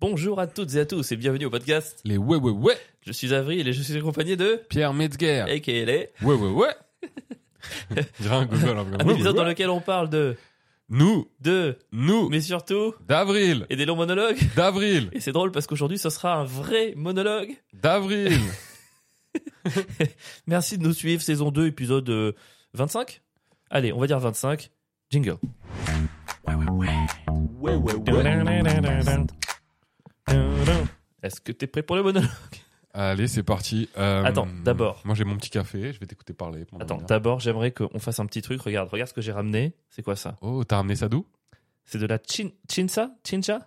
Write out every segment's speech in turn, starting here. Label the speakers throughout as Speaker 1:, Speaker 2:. Speaker 1: Bonjour à toutes et à tous et bienvenue au podcast.
Speaker 2: Les ouais ouais ouais
Speaker 1: Je suis Avril et je suis accompagné de
Speaker 2: Pierre Metzger.
Speaker 1: et qu'elle est
Speaker 2: Ouais ouais ouais On dirait un Google. hein,
Speaker 1: un
Speaker 2: ouais,
Speaker 1: épisode
Speaker 2: ouais,
Speaker 1: dans
Speaker 2: ouais.
Speaker 1: lequel on parle de
Speaker 2: Nous,
Speaker 1: de
Speaker 2: nous,
Speaker 1: mais surtout
Speaker 2: d'avril,
Speaker 1: et des longs monologues.
Speaker 2: d'avril,
Speaker 1: Et c'est drôle parce qu'aujourd'hui ce sera un vrai monologue.
Speaker 2: d'avril.
Speaker 1: Merci de nous suivre saison 2 épisode euh, 25. Allez, on va dire 25. Jingle. Est-ce que t'es prêt pour le monologue
Speaker 2: Allez, c'est parti. Euh,
Speaker 1: Attends, d'abord.
Speaker 2: Moi, j'ai mon petit café. Je vais t'écouter parler. pendant
Speaker 1: Attends,
Speaker 2: une heure.
Speaker 1: d'abord j'aimerais qu'on fasse un petit truc. Regarde, regarde ce que j'ai ramené. C'est quoi ça
Speaker 2: Oh, t'as ramené ça d'où
Speaker 1: C'est de la chin, chinsa Chincha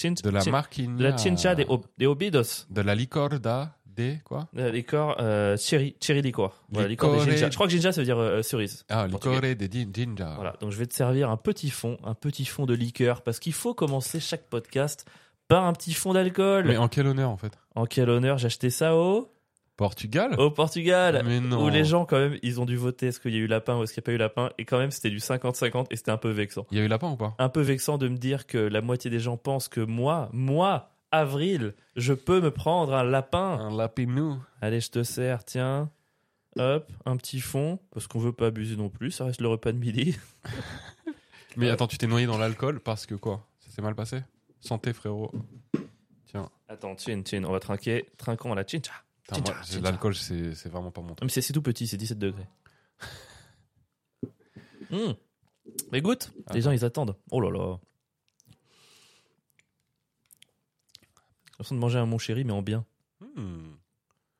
Speaker 1: Chin-
Speaker 2: De la Ah.
Speaker 1: chin-
Speaker 2: marquina.
Speaker 1: De la chincha des, ob- des obidos.
Speaker 2: De la licorda des quoi
Speaker 1: Euh, Licor, euh, cherry, cherry liqueur. Voilà, liqueur des
Speaker 2: Licoré.
Speaker 1: ginja. Je crois que ginja ça veut dire euh, cerise.
Speaker 2: Ah,
Speaker 1: en portugais.
Speaker 2: licore des gin- ginger.
Speaker 1: Voilà, donc je vais te servir un petit fond, un petit fond de liqueur, parce qu'il faut commencer chaque podcast par un petit fond d'alcool.
Speaker 2: Mais en quel honneur en fait
Speaker 1: En quel honneur j'ai acheté ça au,
Speaker 2: Portugal
Speaker 1: au Portugal
Speaker 2: Mais non.
Speaker 1: Où les gens, quand même, ils ont dû voter est-ce qu'il y a eu lapin ou est-ce qu'il n'y a pas eu lapin. Et quand même, c'était du 50-50 et c'était un peu vexant.
Speaker 2: Il y a eu lapin ou pas
Speaker 1: Un peu vexant de me dire que la moitié des gens pensent que moi, moi, avril, je peux me prendre un lapin.
Speaker 2: Un lapinou.
Speaker 1: Allez, je te sers, tiens. Hop, un petit fond, parce qu'on veut pas abuser non plus, ça reste le repas de midi.
Speaker 2: Mais attends, tu t'es noyé dans l'alcool parce que quoi Ça s'est mal passé Santé frérot.
Speaker 1: Attends, chin, chin, on va trinquer, trinquons à la chincha.
Speaker 2: Putain, moi,
Speaker 1: Ginger,
Speaker 2: c'est-
Speaker 1: ginger.
Speaker 2: L'alcool, c'est c'est vraiment pas mon
Speaker 1: Ah,
Speaker 2: truc.
Speaker 1: Mais c'est c'est tout petit, c'est 17 degrés. Hmm. Mais goûte, les gens ils attendent. Oh là là. J'ai l'impression de manger un mon chéri, mais en bien.
Speaker 2: Hmm.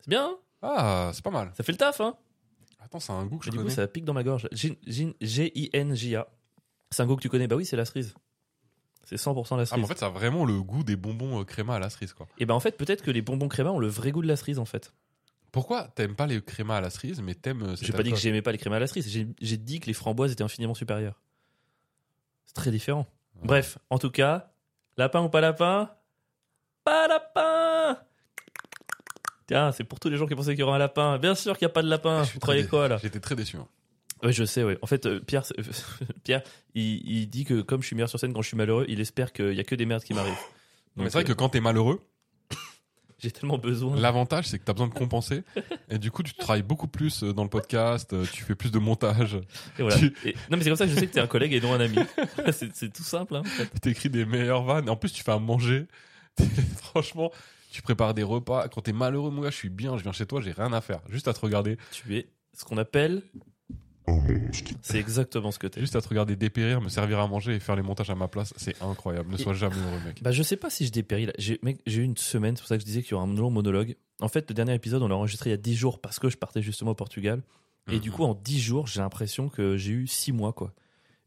Speaker 1: C'est bien, hein
Speaker 2: Ah, c'est pas mal.
Speaker 1: ça fait le taf, hein
Speaker 2: Attends, c'est un goût que je
Speaker 1: Mais du coup,
Speaker 2: connais.
Speaker 1: ça pique dans ma gorge. Gin- gin- G-I-N-J-A. C'est un goût que tu connais Bah oui, c'est la cerise. C'est 100% la
Speaker 2: Ah, mais
Speaker 1: cerise.
Speaker 2: en fait, ça a vraiment le goût des bonbons euh, créma à la cerise, quoi.
Speaker 1: Et ben en fait, peut-être que les bonbons créma ont le vrai goût de la cerise en fait.
Speaker 2: Pourquoi t'aimes pas les crémas à la cerise, mais t'aimes. euh, cet
Speaker 1: J'ai pas dit que
Speaker 2: alcool
Speaker 1: j'aimais pas les crémas à la cerise, j'ai j'ai dit que les framboises étaient infiniment supérieures. C'est très différent.
Speaker 2: Ouais.
Speaker 1: Bref, en tout cas, lapin ou pas lapin Pas lapin Tiens, c'est pour tous les gens qui pensaient qu'il y aurait un lapin. Bien sûr qu'il n'y a pas de lapin.
Speaker 2: Je suis
Speaker 1: Vous croyez
Speaker 2: très
Speaker 1: quoi là
Speaker 2: J'étais très déçu. hein.
Speaker 1: Oui, je sais, oui. En fait, euh, Pierre, c'est- Pierre il, il dit que comme je suis meilleur sur scène quand je suis malheureux, il espère qu'il n'y a que des merdes qui m'arrivent.
Speaker 2: Non,
Speaker 1: Donc,
Speaker 2: mais c'est vrai que quand t'es malheureux,
Speaker 1: euh, J'ai tellement besoin.
Speaker 2: l'avantage, c'est que t'as besoin de compenser. et du coup, tu travailles beaucoup plus euh, dans le podcast, euh, tu fais plus de montage,
Speaker 1: Et voilà.
Speaker 2: Tu-
Speaker 1: Et- non, mais c'est comme ça que je sais que t'es un collègue et non un ami. c'est c'est tout simple. Hein.
Speaker 2: t'écris des meilleures vannes. En plus, tu fais à manger. Franchement, tu prépares des repas. Quand t'es malheureux, mon gars, je suis bien, je viens chez toi, j'ai rien à faire. Juste à te regarder,
Speaker 1: Tu es ce qu'on appelle. C'est exactement ce que t'es.
Speaker 2: juste à te regarder dépérir, me servir à manger et faire les montages à ma place. C'est incroyable. Ne sois jamais heureux, mec.
Speaker 1: Bah, je sais pas si je dépéris. là. J'ai mec, j'ai eu une semaine, c'est pour ça que je disais qu'il y aura un long monologue. En fait, le dernier épisode, on l'a enregistré il y a 10 jours parce que je partais justement au Portugal. Et
Speaker 2: Mhm.
Speaker 1: du coup, en 10 jours, j'ai l'impression que j'ai eu 6 mois, quoi.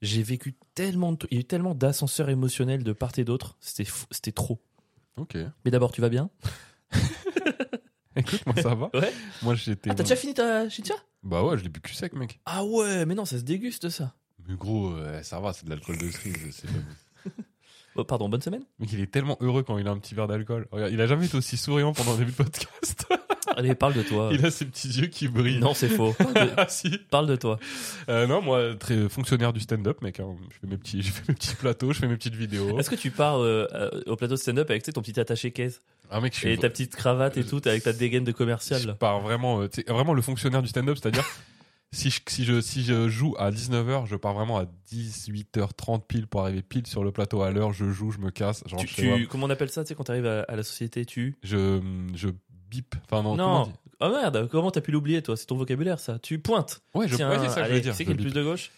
Speaker 1: J'ai vécu tellement de... trucs. Il y a eu tellement d'ascenseurs émotionnels de part et d'autre. C'était fou- c'était trop.
Speaker 2: Ok.
Speaker 1: Mais d'abord, tu vas bien
Speaker 2: Écoute, moi ça va.
Speaker 1: Ouais.
Speaker 2: Moi j'étais.
Speaker 1: Ah, t'as déjà fini ta chicha
Speaker 2: Bah ouais, je l'ai bu cul sec, mec.
Speaker 1: Ah ouais, mais non, ça se déguste, ça.
Speaker 2: Mais gros, euh, ça va, c'est de l'alcool de cerise. c'est pas bon.
Speaker 1: Oh, pardon, bonne semaine
Speaker 2: Mec, il est tellement heureux quand il a un petit verre d'alcool. Regarde, il a jamais été aussi souriant pendant le début de podcast.
Speaker 1: Allez, parle de toi.
Speaker 2: il a ses petits yeux qui brillent.
Speaker 1: Non, c'est faux. Parle de-
Speaker 2: Ah, si.
Speaker 1: Parle de toi.
Speaker 2: Euh, non, moi, très fonctionnaire du stand-up, mec. hein. Je, fais mes petits, je fais mes petits plateaux, je fais mes petites vidéos.
Speaker 1: Est-ce que tu pars euh, euh, au plateau de stand-up avec tu sais, ton petit attaché caisse
Speaker 2: Ah, mec, je suis
Speaker 1: et ta petite cravate et tout, avec ta dégaine de commercial
Speaker 2: Je
Speaker 1: là
Speaker 2: pars vraiment, euh, tu sais, vraiment le fonctionnaire du stand-up, c'est-à-dire si, je, si, je, si je joue à 19h, je pars vraiment à 18h30 pile pour arriver pile sur le plateau à l'heure, je joue, je me casse, genre,
Speaker 1: Tu-
Speaker 2: je,
Speaker 1: tu- Comment on appelle ça, tu sais, quand t'arrives à, à la société, tu.
Speaker 2: je, je bip, enfin non, comment on
Speaker 1: Non
Speaker 2: dit
Speaker 1: Oh merde, comment t'as pu l'oublier toi C'est ton vocabulaire ça. Tu pointes
Speaker 2: Ouais, je,
Speaker 1: Tiens,
Speaker 2: ouais, c'est ça que je
Speaker 1: allez,
Speaker 2: veux dire.
Speaker 1: C'est
Speaker 2: je
Speaker 1: qui le
Speaker 2: bip.
Speaker 1: plus de gauche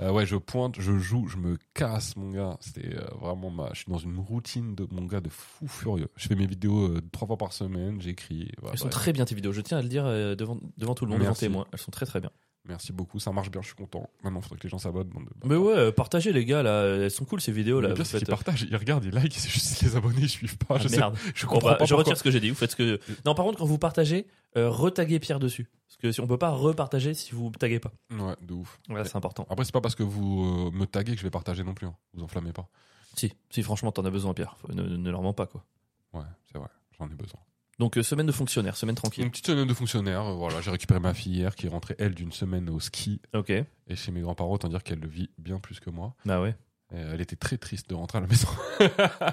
Speaker 2: Euh, ouais, je pointe, je joue, je me casse, mon gars. C'était euh, vraiment ma. Je suis dans une routine de mon gars de fou furieux. Je fais mes vidéos euh, trois fois par semaine, j'écris. voilà,
Speaker 1: Elles sont
Speaker 2: bref.
Speaker 1: très bien tes vidéos, je tiens à le dire euh, devant, devant tout le monde, devant
Speaker 2: Merci.
Speaker 1: tes témoins. Elles sont très très bien.
Speaker 2: Merci beaucoup, ça marche bien, je suis content. Maintenant, il faudrait que les gens s'abonnent. bande de-
Speaker 1: Mais ouais, euh, partagez les gars là, elles sont cool ces vidéos là.
Speaker 2: le pire,
Speaker 1: vous
Speaker 2: c'est qu'ils
Speaker 1: faites- euh,
Speaker 2: partagent, ils regardent, ils likent, c'est juste que les abonnés, ils suivent pas.
Speaker 1: Ah,
Speaker 2: je sais
Speaker 1: merde.
Speaker 2: Je
Speaker 1: Bon,
Speaker 2: comprends
Speaker 1: bah,
Speaker 2: pas
Speaker 1: je
Speaker 2: pourquoi.
Speaker 1: retire ce que j'ai dit. Vous faites ce que. Non, par contre, quand vous partagez, euh, retaguez Pierre dessus. Parce que si on peut pas repartager si vous taguez pas.
Speaker 2: Ouais, de ouf.
Speaker 1: Voilà, c'est important.
Speaker 2: Après, c'est pas parce que vous euh, me taguez que je vais partager non plus. hein. Vous enflammez pas.
Speaker 1: Si, si franchement, t'en as besoin, Pierre. Faut- Ne, ne- ne leur mens pas quoi.
Speaker 2: Ouais, c'est vrai. J'en ai besoin.
Speaker 1: Donc euh, semaine de fonctionnaire, semaine tranquille.
Speaker 2: Une petite semaine de fonctionnaire. euh, Voilà, j'ai récupéré ma fille hier qui est rentrée, elle, d'une semaine au ski
Speaker 1: Ok.
Speaker 2: et chez mes grands-parents, autant dire qu'elle le vit bien plus que moi.
Speaker 1: Bah ouais.
Speaker 2: Et euh, elle était très triste de rentrer à la maison.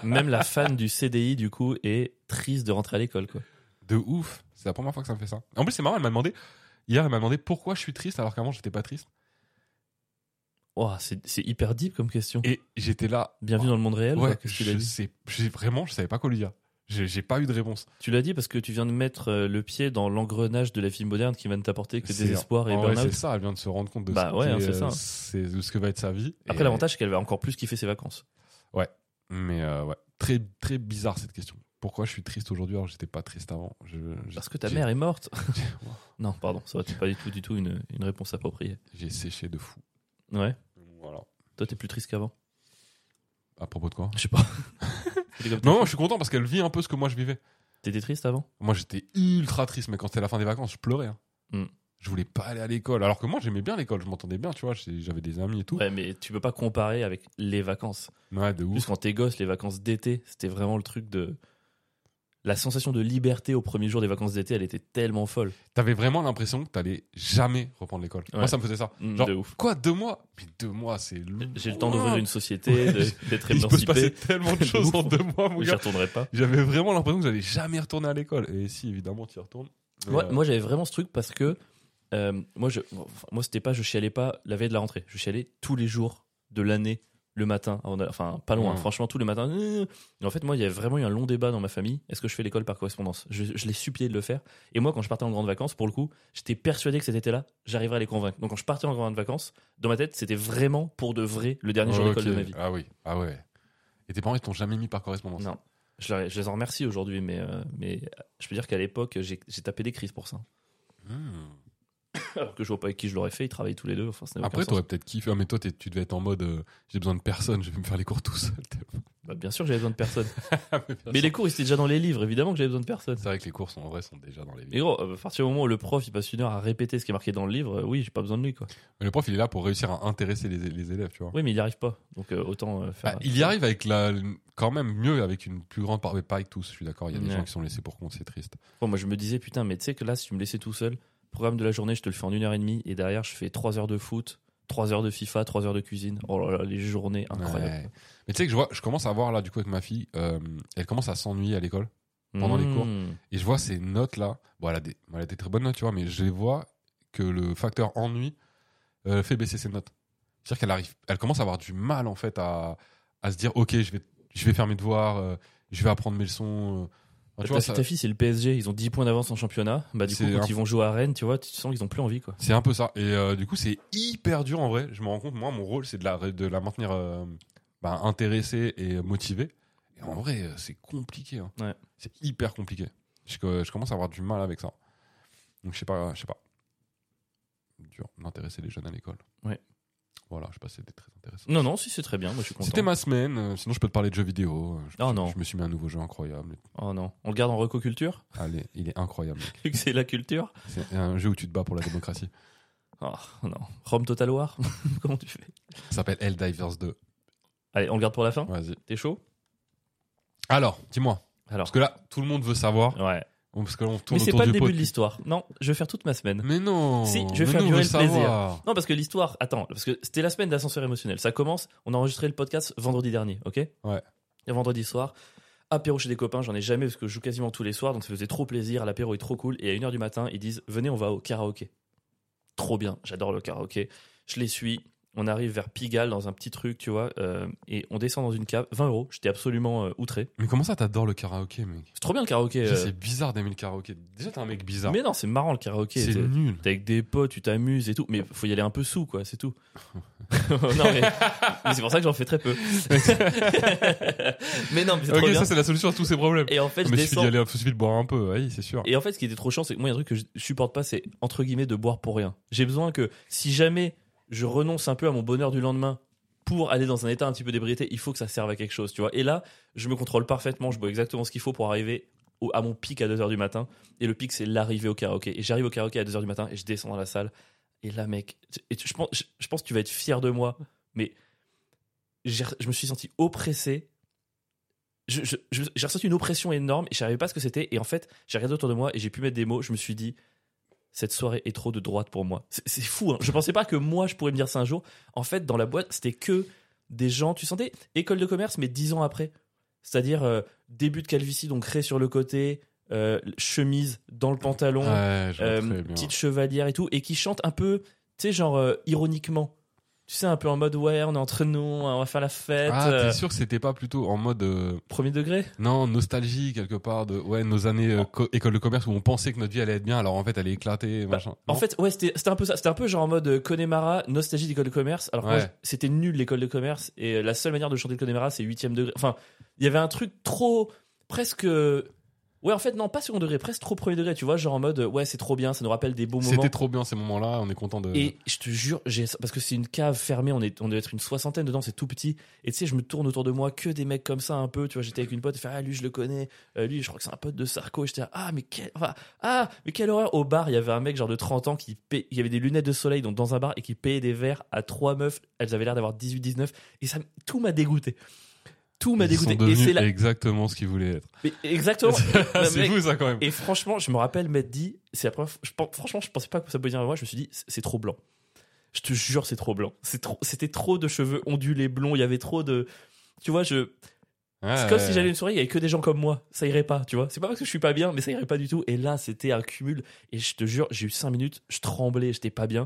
Speaker 1: Même la fan du CDI, du coup, est triste de rentrer à l'école, quoi.
Speaker 2: De ouf. C'est la première fois que ça me fait ça. En plus, c'est marrant, elle m'a demandé. Hier, elle m'a demandé pourquoi je suis triste alors qu'avant, j'étais pas triste.
Speaker 1: Ouah, c'est c'est hyper deep comme question.
Speaker 2: Et j'étais là.
Speaker 1: Bienvenue dans le monde réel.
Speaker 2: Ouais,
Speaker 1: quoi, qu'est-ce que tu l'as
Speaker 2: je
Speaker 1: dit
Speaker 2: sais, j'ai- vraiment, je savais pas quoi lui dire. J'ai j'ai pas eu de réponse.
Speaker 1: Tu l'as dit parce que tu viens de mettre euh, le pied dans l'engrenage de la vie moderne qui va ne t'apporter que
Speaker 2: C'est-
Speaker 1: désespoir et
Speaker 2: en vrai,
Speaker 1: burn-out.
Speaker 2: C'est ça, elle vient de se rendre compte de,
Speaker 1: Bah
Speaker 2: ce,
Speaker 1: ouais, hein,
Speaker 2: qu'est,
Speaker 1: c'est ça.
Speaker 2: euh, c'est- de ce que va être sa vie.
Speaker 1: Après,
Speaker 2: Et-
Speaker 1: l'avantage, c'est qu'elle va encore plus kiffer ses vacances.
Speaker 2: Mais euh, ouais, très, très bizarre cette question. Pourquoi je suis triste aujourd'hui alors que j'étais pas triste avant Je- j'ai-
Speaker 1: Parce que ta
Speaker 2: j'ai-
Speaker 1: mère est morte. non, pardon, ça va c'est pas du tout, du tout une, une réponse appropriée.
Speaker 2: J'ai séché de fou.
Speaker 1: Ouais,
Speaker 2: Voilà.
Speaker 1: toi, t'es plus triste qu'avant.
Speaker 2: À propos de quoi
Speaker 1: Je sais pas. T'étais comme-
Speaker 2: Non, non, je suis content parce qu'elle vit un peu ce que moi je vivais.
Speaker 1: T'étais triste avant
Speaker 2: Moi, j'étais ultra triste, mais quand c'était la fin des vacances, je pleurais. hein.
Speaker 1: Mm.
Speaker 2: Je voulais pas aller à l'école. Alors que moi, j'aimais bien l'école, je m'entendais bien, tu vois, j'ai- j'avais des amis et tout. Ouais,
Speaker 1: Ouais, mais tu peux pas comparer avec les vacances.
Speaker 2: de
Speaker 1: En Plus
Speaker 2: ouf.
Speaker 1: quand t'es gosse, les vacances d'été, c'était vraiment le truc de. La sensation de liberté au premier jour des vacances d'été, elle était tellement folle.
Speaker 2: T'avais vraiment l'impression que t'allais jamais reprendre l'école. Moi,
Speaker 1: Ouais.
Speaker 2: ça me faisait ça.
Speaker 1: Mm,
Speaker 2: Genre-
Speaker 1: de ouf.
Speaker 2: Quoi, deux mois Mais deux mois, c'est.
Speaker 1: J'ai le temps d'ouvrir une société,
Speaker 2: Ouais,
Speaker 1: de- d'être
Speaker 2: Il peut se passer
Speaker 1: émancipé.
Speaker 2: tellement de
Speaker 1: De
Speaker 2: choses
Speaker 1: ouf.
Speaker 2: en deux mois, mon
Speaker 1: Oui, J'y
Speaker 2: gars.
Speaker 1: retournerai pas.
Speaker 2: J'avais vraiment l'impression que j'allais jamais retourner à l'école. Et si, évidemment, tu y retournes. Mais,
Speaker 1: Moi,
Speaker 2: euh,
Speaker 1: moi, j'avais vraiment ce truc parce que euh, moi, je, enfin, moi, c'était pas je chialais pas la veille de la rentrée. Je chialais tous les jours de l'année, le matin, avant d'aller- enfin pas loin,
Speaker 2: Mm.
Speaker 1: franchement tous les matins. Et en fait, moi, il y avait vraiment eu un long débat dans ma famille. Est-ce que je fais l'école par correspondance Je, je les suppliais de le faire. Et moi, quand je partais en grande vacances, pour le coup, j'étais persuadé que cet été-là, j'arriverais à les convaincre. Donc, quand je partais en grande vacances, dans ma tête, c'était vraiment pour de vrai le dernier jour
Speaker 2: ok.
Speaker 1: d'école de ma vie.
Speaker 2: Ah oui, ah ouais. Et tes parents, ils t'ont jamais mis par correspondance.
Speaker 1: Non. Je, leur- je les en remercie aujourd'hui, mais, euh, mais je peux dire qu'à l'époque, j'ai j'ai tapé des crises pour ça.
Speaker 2: Hmm.
Speaker 1: Alors que je vois pas avec qui je l'aurais fait, ils travaillent tous les deux. Enfin, ça n'a aucun
Speaker 2: Après,
Speaker 1: sens.
Speaker 2: t'aurais peut-être kiffé. Ah, mais toi, t'es- tu devais être en mode euh, j'ai besoin de personne, je vais me faire les cours tout seul.
Speaker 1: Bah, bien sûr, que j'avais besoin de personne. Mais
Speaker 2: Mais les-
Speaker 1: les cours, ils étaient déjà dans les livres, évidemment que j'avais besoin de personne.
Speaker 2: C'est vrai que les cours sont, en vrai sont déjà dans les
Speaker 1: Mais
Speaker 2: villes.
Speaker 1: gros, à partir du moment où le prof il passe une heure à répéter ce qui est marqué dans le livre, euh, oui, j'ai pas besoin de lui quoi.
Speaker 2: Mais le prof, il est là pour réussir à intéresser les, les élèves, tu vois.
Speaker 1: Oui, mais il y arrive pas. Donc euh, autant euh, faire.
Speaker 2: Ah, il y arrive avec la, quand même mieux avec une plus grande part. Mais pas avec tous, je suis d'accord. Il y a des
Speaker 1: Ouais.
Speaker 2: gens qui sont laissés pour compte, c'est triste.
Speaker 1: Bon, moi je me disais, putain, mais tu sais que là, si tu me laissais tout seul, programme de la journée, je te le fais en une heure et demie et derrière, je fais trois heures de foot, trois heures de FIFA, trois heures de cuisine. Oh là là, les journées incroyables.
Speaker 2: Ouais. Mais tu sais que je vois, je commence à voir là du coup avec ma fille, euh, elle commence à s'ennuyer à l'école. Pendant les cours.
Speaker 1: Mmh.
Speaker 2: Et je vois ces notes là. Bon, elle a des, elle a des très bonnes notes, tu vois, mais je les vois que le facteur ennui euh, fait baisser ses notes. C'est-à-dire qu'elle arrive, elle commence à avoir du mal en fait à, à se dire, ok, je vais, je vais faire mes devoirs, euh, je vais apprendre mes leçons. euh. Enfin,
Speaker 1: Ta,
Speaker 2: tu vois, ça-
Speaker 1: ta fille, c'est le PSG, ils ont 10 points d'avance en championnat. Bah, du coup,
Speaker 2: C'est
Speaker 1: quand
Speaker 2: un-
Speaker 1: ils vont jouer à Rennes, tu vois, tu sens qu'ils ont plus envie quoi.
Speaker 2: c'est un peu ça. Et euh, du coup, c'est hyper dur en vrai. Je me rends compte, moi, mon rôle, c'est de la, de la maintenir euh, bah, intéressée et motivée. Et en vrai, euh, c'est compliqué. hein.
Speaker 1: Ouais.
Speaker 2: C'est hyper compliqué. Je, co- je commence à avoir du mal avec ça. Donc, je sais pas. Je sais pas. Dur d'intéresser les jeunes à l'école.
Speaker 1: Ouais.
Speaker 2: Voilà, je sais pas si c'était très intéressant.
Speaker 1: Non, non, si c'est très bien, moi je suis content.
Speaker 2: C'était ma semaine. euh, Sinon, je peux te parler de jeux vidéo. euh, Je,
Speaker 1: Oh non.
Speaker 2: je me suis mis un nouveau jeu incroyable.
Speaker 1: Oh non, on le garde en recoculture
Speaker 2: Allez, il est incroyable. mec.
Speaker 1: vu que c'est la culture.
Speaker 2: C'est un jeu où tu te bats pour la démocratie.
Speaker 1: Oh non. Rome Total War Comment tu fais
Speaker 2: Ça s'appelle Helldivers 2.
Speaker 1: Allez, on le garde pour la fin
Speaker 2: Vas-y.
Speaker 1: T'es chaud
Speaker 2: Alors, dis-moi. Parce
Speaker 1: Alors.
Speaker 2: que là, tout le monde veut savoir.
Speaker 1: Ouais.
Speaker 2: On- Parce que là, on tourne
Speaker 1: Mais c'est
Speaker 2: autour
Speaker 1: pas le
Speaker 2: du
Speaker 1: début
Speaker 2: pot.
Speaker 1: de l'histoire. Non, je vais faire toute ma semaine.
Speaker 2: Mais non.
Speaker 1: Si, je vais
Speaker 2: mais
Speaker 1: faire
Speaker 2: nous,
Speaker 1: durer
Speaker 2: on veut
Speaker 1: le plaisir.
Speaker 2: savoir.
Speaker 1: Non, parce que l'histoire. Attends, parce que c'était la semaine d'ascenseur émotionnel. Ça commence, on a enregistré le podcast vendredi dernier, ok
Speaker 2: Ouais.
Speaker 1: Et vendredi soir, apéro chez des copains, j'en ai jamais parce que je joue quasiment tous les soirs, donc ça faisait trop plaisir. L'apéro est trop cool. Et à 1h du matin, ils disent Venez, on va au karaoké. Trop bien, j'adore le karaoké. Je les suis. On arrive vers Pigalle dans un petit truc, tu vois, euh, et on descend dans une cave. 20 euros, j'étais absolument euh, outré.
Speaker 2: Mais comment ça, t'adores le karaoké, mec
Speaker 1: C'est trop bien le karaoké.
Speaker 2: Ça,
Speaker 1: euh.
Speaker 2: C'est bizarre d'aimer le karaoké. Déjà, t'es un mec bizarre.
Speaker 1: Mais non, c'est marrant le karaoké.
Speaker 2: c'est
Speaker 1: T'es
Speaker 2: nul.
Speaker 1: t'es avec des potes, tu t'amuses et tout. Mais faut y aller un peu sous, quoi, c'est tout. non, mais, mais c'est pour ça que j'en fais très peu. mais non, mais c'est trop
Speaker 2: Ok,
Speaker 1: bien.
Speaker 2: ça, c'est la solution à tous ces problèmes. Ah,
Speaker 1: Et en fait, je
Speaker 2: Mais il suffit
Speaker 1: descends.
Speaker 2: d'y aller, il suffit de boire un peu. Oui, c'est sûr.
Speaker 1: Et en fait, ce qui était trop chiant, c'est que moi, il y a un truc que je supporte pas, c'est entre guillemets de boire pour rien. J'ai besoin que si jamais je renonce un peu à mon bonheur du lendemain pour aller dans un état un petit peu d'ébriété, il faut que ça serve à quelque chose, tu vois. Et là, je me contrôle parfaitement, je bois exactement ce qu'il faut pour arriver au- à mon pic à 2h du matin. Et le pic, c'est l'arrivée au karaoké. Et j'arrive au karaoké à 2h du matin et je descends dans la salle. Et là, mec, tu- et tu- je, pense, je, je pense que tu vas être fier de moi, mais j'ai- je me suis senti oppressé. Je- je- je- J'ai ressenti une oppression énorme et je savais pas ce que c'était. Et en fait, j'ai regardé autour de moi et j'ai pu mettre des mots. Je me suis dit, cette soirée est trop de droite pour moi. C'est c'est fou. Hein. Je pensais pas que moi, je pourrais me dire ça un jour. En fait, dans la boîte, c'était que des gens, tu sentais école de commerce, mais dix ans après. C'est-à-dire euh, début de calvitie, donc raie sur le côté, euh, chemise dans le pantalon,
Speaker 2: Ouais, je vois
Speaker 1: euh,
Speaker 2: très bien.
Speaker 1: petite chevalière et tout, et qui chante un peu, tu sais, genre euh, ironiquement. Tu sais, un peu en mode ouais, on est entre nous, hein, on va faire la fête.
Speaker 2: Ah,
Speaker 1: euh,
Speaker 2: t'es sûr que c'était pas plutôt en mode euh,
Speaker 1: premier degré
Speaker 2: non nostalgie quelque part de ouais nos années euh, co- école de commerce où on pensait que notre vie allait être bien alors en fait elle est éclatée
Speaker 1: Bah,
Speaker 2: machin.
Speaker 1: En
Speaker 2: Non
Speaker 1: fait, ouais, c'était c'était un peu ça. C'était un peu genre en mode euh, Connemara, nostalgie d'école de commerce. Alors que
Speaker 2: Ouais.
Speaker 1: moi, je- c'était nul l'école de commerce. Et euh, la seule manière de chanter le Connemara, c'est 8 degré. Enfin, il y avait un truc trop. presque. euh, Ouais, en fait, non, pas second degré, presque trop premier degré, tu vois. Genre en mode, euh, ouais, c'est trop bien, ça nous rappelle des beaux moments.
Speaker 2: c'était trop bien ces moments-là, on est content de.
Speaker 1: Et je te jure, j'ai parce que c'est une cave fermée, on est on doit être une soixantaine dedans, c'est tout petit. Et tu sais, je me tourne autour de moi que des mecs comme ça un peu, tu vois, j'étais avec une pote, elle fait ah lui je le connais, Euh, lui je crois que c'est un pote de Sarko, Et j'étais là, ah mais quel enfin, ah mais quelle horreur au bar, il y avait un mec genre de 30 ans qui paye, il y avait des lunettes de soleil donc dans un bar et qui payait des verres à trois meufs, elles avaient l'air d'avoir 18 19 et ça m- tout m'a dégoûté. Tout m'a
Speaker 2: Ils sont
Speaker 1: dégoûté et
Speaker 2: devenus
Speaker 1: c'est là
Speaker 2: exactement ce qu'ils voulaient être.
Speaker 1: mais exactement. Non,
Speaker 2: c'est
Speaker 1: mec,
Speaker 2: vous ça quand même.
Speaker 1: et franchement, je me rappelle m'être dit, c'est la première fois- je pense- franchement, je pensais pas que ça pouvait venir à moi, je me suis dit, c'est c'est trop blanc. Je te jure, c'est trop blanc. C'est trop, c'était trop de cheveux ondulés blonds, il y avait trop de. Tu vois, je.
Speaker 2: Ouais,
Speaker 1: c'est comme
Speaker 2: ouais.
Speaker 1: si j'allais à une soirée, il y avait que des gens comme moi. Ça irait pas, tu vois. C'est pas parce que je suis pas bien, mais ça irait pas du tout. Et là, c'était un cumul. Et je te jure, j'ai eu 5 minutes, je tremblais, j'étais pas bien.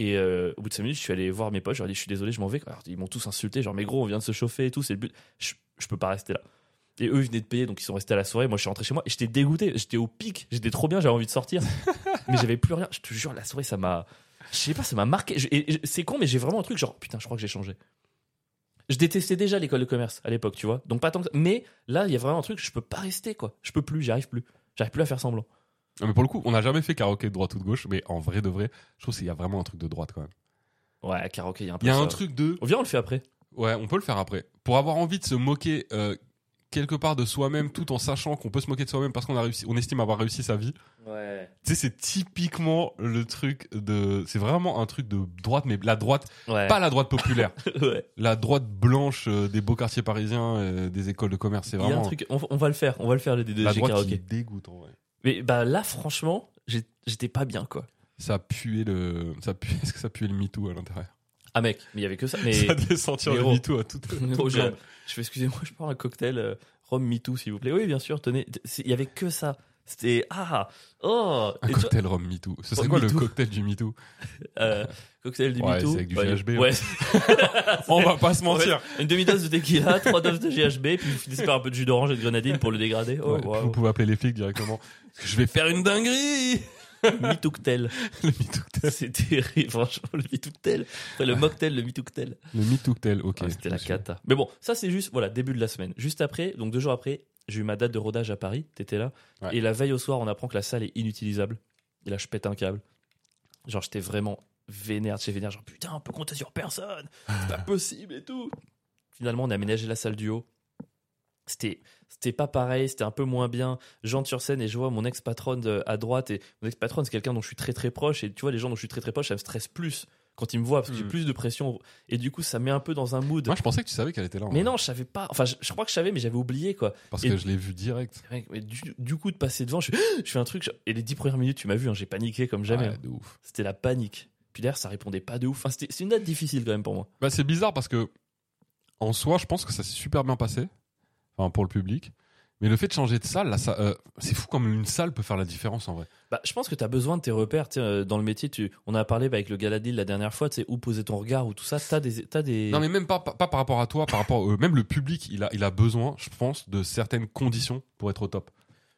Speaker 1: Et euh, au bout de 5 minutes, je suis allé voir mes potes, je leur ai dit, je suis désolé, je m'en vais. Alors, ils m'ont tous insulté, genre, mais gros, on vient de se chauffer et tout, c'est le but. Je, je peux pas rester là. Et eux, ils venaient de payer, donc ils sont restés à la soirée. Moi, je suis rentré chez moi et j'étais dégoûté, j'étais au pic, j'étais trop bien, j'avais envie de sortir. mais j'avais plus rien. Je te jure, la soirée, ça m'a. Je sais pas, ça m'a marqué. Je- et- et- C'est con, mais j'ai vraiment un truc genre, putain, je crois que j'ai changé. Je détestais déjà l'école de commerce à l'époque, tu vois. Donc pas tant que ça. Mais là, il y a vraiment un truc, je peux pas rester, quoi. Je peux plus, j'arrive plus. J'arrive plus à faire semblant.
Speaker 2: Non, mais pour le coup, on n'a jamais fait karaoké de droite ou de gauche, mais en vrai de vrai, je trouve qu'il y a vraiment un truc de droite quand même.
Speaker 1: Ouais, karaoké, il y a un peu
Speaker 2: Il y a
Speaker 1: ça.
Speaker 2: un truc de
Speaker 1: Viens, on le fait après.
Speaker 2: Ouais, on peut le faire après. Pour avoir envie de se moquer euh, quelque part de soi-même, tout en sachant qu'on peut se moquer de soi-même parce qu'on a réussi, on estime avoir réussi sa vie.
Speaker 1: Ouais.
Speaker 2: Tu sais, c'est typiquement le truc de, c'est vraiment un truc de droite, mais la droite, pas la droite populaire,
Speaker 1: Ouais.
Speaker 2: la droite blanche euh, des beaux quartiers parisiens, euh, des écoles de commerce. C'est
Speaker 1: Il y a un
Speaker 2: vraiment
Speaker 1: truc, on, on va le faire, on va le faire le
Speaker 2: la
Speaker 1: DDG
Speaker 2: droite
Speaker 1: karaoké.
Speaker 2: qui dégoûte. En vrai.
Speaker 1: Mais bah là, franchement, j'ai- j'étais pas bien, quoi.
Speaker 2: Ça puait le, ça puait, est-ce que ça puait le MeToo à l'intérieur
Speaker 1: Ah mec, mais il y avait que ça. Mais
Speaker 2: Ça devait sentir
Speaker 1: mais
Speaker 2: le
Speaker 1: gros.
Speaker 2: MeToo à tout.
Speaker 1: aux jambes. Je fais excusez-moi, je prends un cocktail euh, rhum me too s'il vous plaît. Oui, bien sûr, tenez. C'est- Il y avait que ça. C'était ah oh
Speaker 2: Un
Speaker 1: Et tu vois,
Speaker 2: cocktail rhum MeToo. Ce serait
Speaker 1: Oh,
Speaker 2: quoi
Speaker 1: Me
Speaker 2: le
Speaker 1: Too.
Speaker 2: cocktail du MeToo
Speaker 1: euh, cocktail du
Speaker 2: Ouais,
Speaker 1: me too.
Speaker 2: c'est avec du
Speaker 1: Ouais,
Speaker 2: GHB, hein.
Speaker 1: Ouais,
Speaker 2: On va pas se
Speaker 1: Ouais.
Speaker 2: mentir.
Speaker 1: une demi-dose de tequila, trois doses de GHB, puis vous finissez par un peu de jus d'orange et de grenadine pour le dégrader. Oh
Speaker 2: Ouais,
Speaker 1: wow.
Speaker 2: Vous pouvez appeler les flics directement. Parce que je vais faire une dinguerie
Speaker 1: Me cocktail.
Speaker 2: Le mitouktel.
Speaker 1: C'est terrible, franchement, le me cocktail. Après le mocktail, le me cocktail.
Speaker 2: Le mitouktel, ok.
Speaker 1: Ah, C'était la cata. Mais bon, ça c'est juste, voilà, début de la semaine. Juste après, donc deux jours après, j'ai eu ma date de rodage à Paris, t'étais là.
Speaker 2: Ouais.
Speaker 1: Et la veille au soir, on apprend que la salle est inutilisable. Et là, je pète un câble. Genre, j'étais vraiment vénère, j'étais vénère, genre putain, on peut compter sur personne, c'est pas possible et tout. Finalement, on a aménagé la salle du haut. C'était, c'était pas pareil, c'était un peu moins bien. J'entre sur scène et je vois mon ex-patronne euh, à droite. Et mon ex-patronne, c'est quelqu'un dont je suis très très proche. Et tu vois, les gens dont je suis très très proche, ça me stresse plus quand ils me voient parce que j'ai
Speaker 2: Mm.
Speaker 1: plus de pression. Et du coup, ça met un peu dans un mood.
Speaker 2: Moi, je pensais que tu savais qu'elle était là. en
Speaker 1: Mais
Speaker 2: vrai.
Speaker 1: non, je savais pas. Enfin, je, je crois que je savais, mais j'avais oublié quoi.
Speaker 2: Parce
Speaker 1: Et-
Speaker 2: que je l'ai vu direct.
Speaker 1: Mec, mais du, du coup, de passer devant, je, je fais un truc. je- et les dix premières minutes, tu m'as vu, hein, j'ai paniqué comme jamais.
Speaker 2: Ouais,
Speaker 1: hein.
Speaker 2: de ouf.
Speaker 1: C'était la panique. Puis derrière, ça répondait pas de ouf. Enfin, c'était- c'est une date difficile quand même pour moi.
Speaker 2: Bah, c'est bizarre parce que, en soi, je pense que ça s'est super bien passé. Enfin, pour le public. Mais le fait de changer de salle, là, ça, euh, c'est fou comme une salle peut faire la différence en vrai.
Speaker 1: Bah, je pense que tu as besoin de tes repères. tu sais, euh, dans le métier, tu, on a parlé bah, avec le Galadil la dernière fois, tu sais, où poser ton regard ou tout ça. T'as des. As des...
Speaker 2: Non, mais même pas, pas, pas par rapport à toi, par rapport. euh, même le public, il a, il a besoin, je pense, de certaines conditions pour être au top.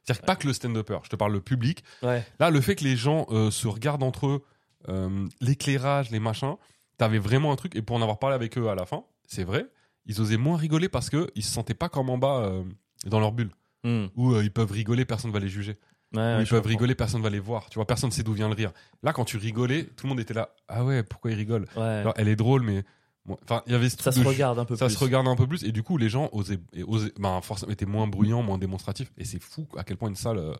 Speaker 2: C'est-à-dire que pas que le stand-upper. Je te parle le public.
Speaker 1: Ouais.
Speaker 2: Là, le fait que les gens euh, se regardent entre eux, euh, l'éclairage, les machins, t'avais vraiment un truc. Et pour en avoir parlé avec eux à la fin, c'est vrai, ils osaient moins rigoler parce que ils se sentaient pas comme en bas euh, dans leur bulle.
Speaker 1: Hmm.
Speaker 2: Où euh, ils peuvent rigoler, personne va les juger.
Speaker 1: Ouais,
Speaker 2: Où
Speaker 1: ouais,
Speaker 2: ils
Speaker 1: je
Speaker 2: peuvent
Speaker 1: comprends.
Speaker 2: rigoler, personne va les voir. Tu vois, personne sait d'où vient le rire. Là, quand tu rigolais, tout le monde était là. Ah ouais, pourquoi il rigole
Speaker 1: Ouais.
Speaker 2: Alors, Elle est drôle, mais. bon, Enfin, il y avait ce
Speaker 1: ça
Speaker 2: truc
Speaker 1: se
Speaker 2: de ju-
Speaker 1: regarde un peu
Speaker 2: Ça
Speaker 1: plus.
Speaker 2: se regarde un peu plus. Et du coup, les gens osaient. et osaient ben, forcément, étaient moins bruyants, moins démonstratifs. Et c'est fou à quel point une salle euh,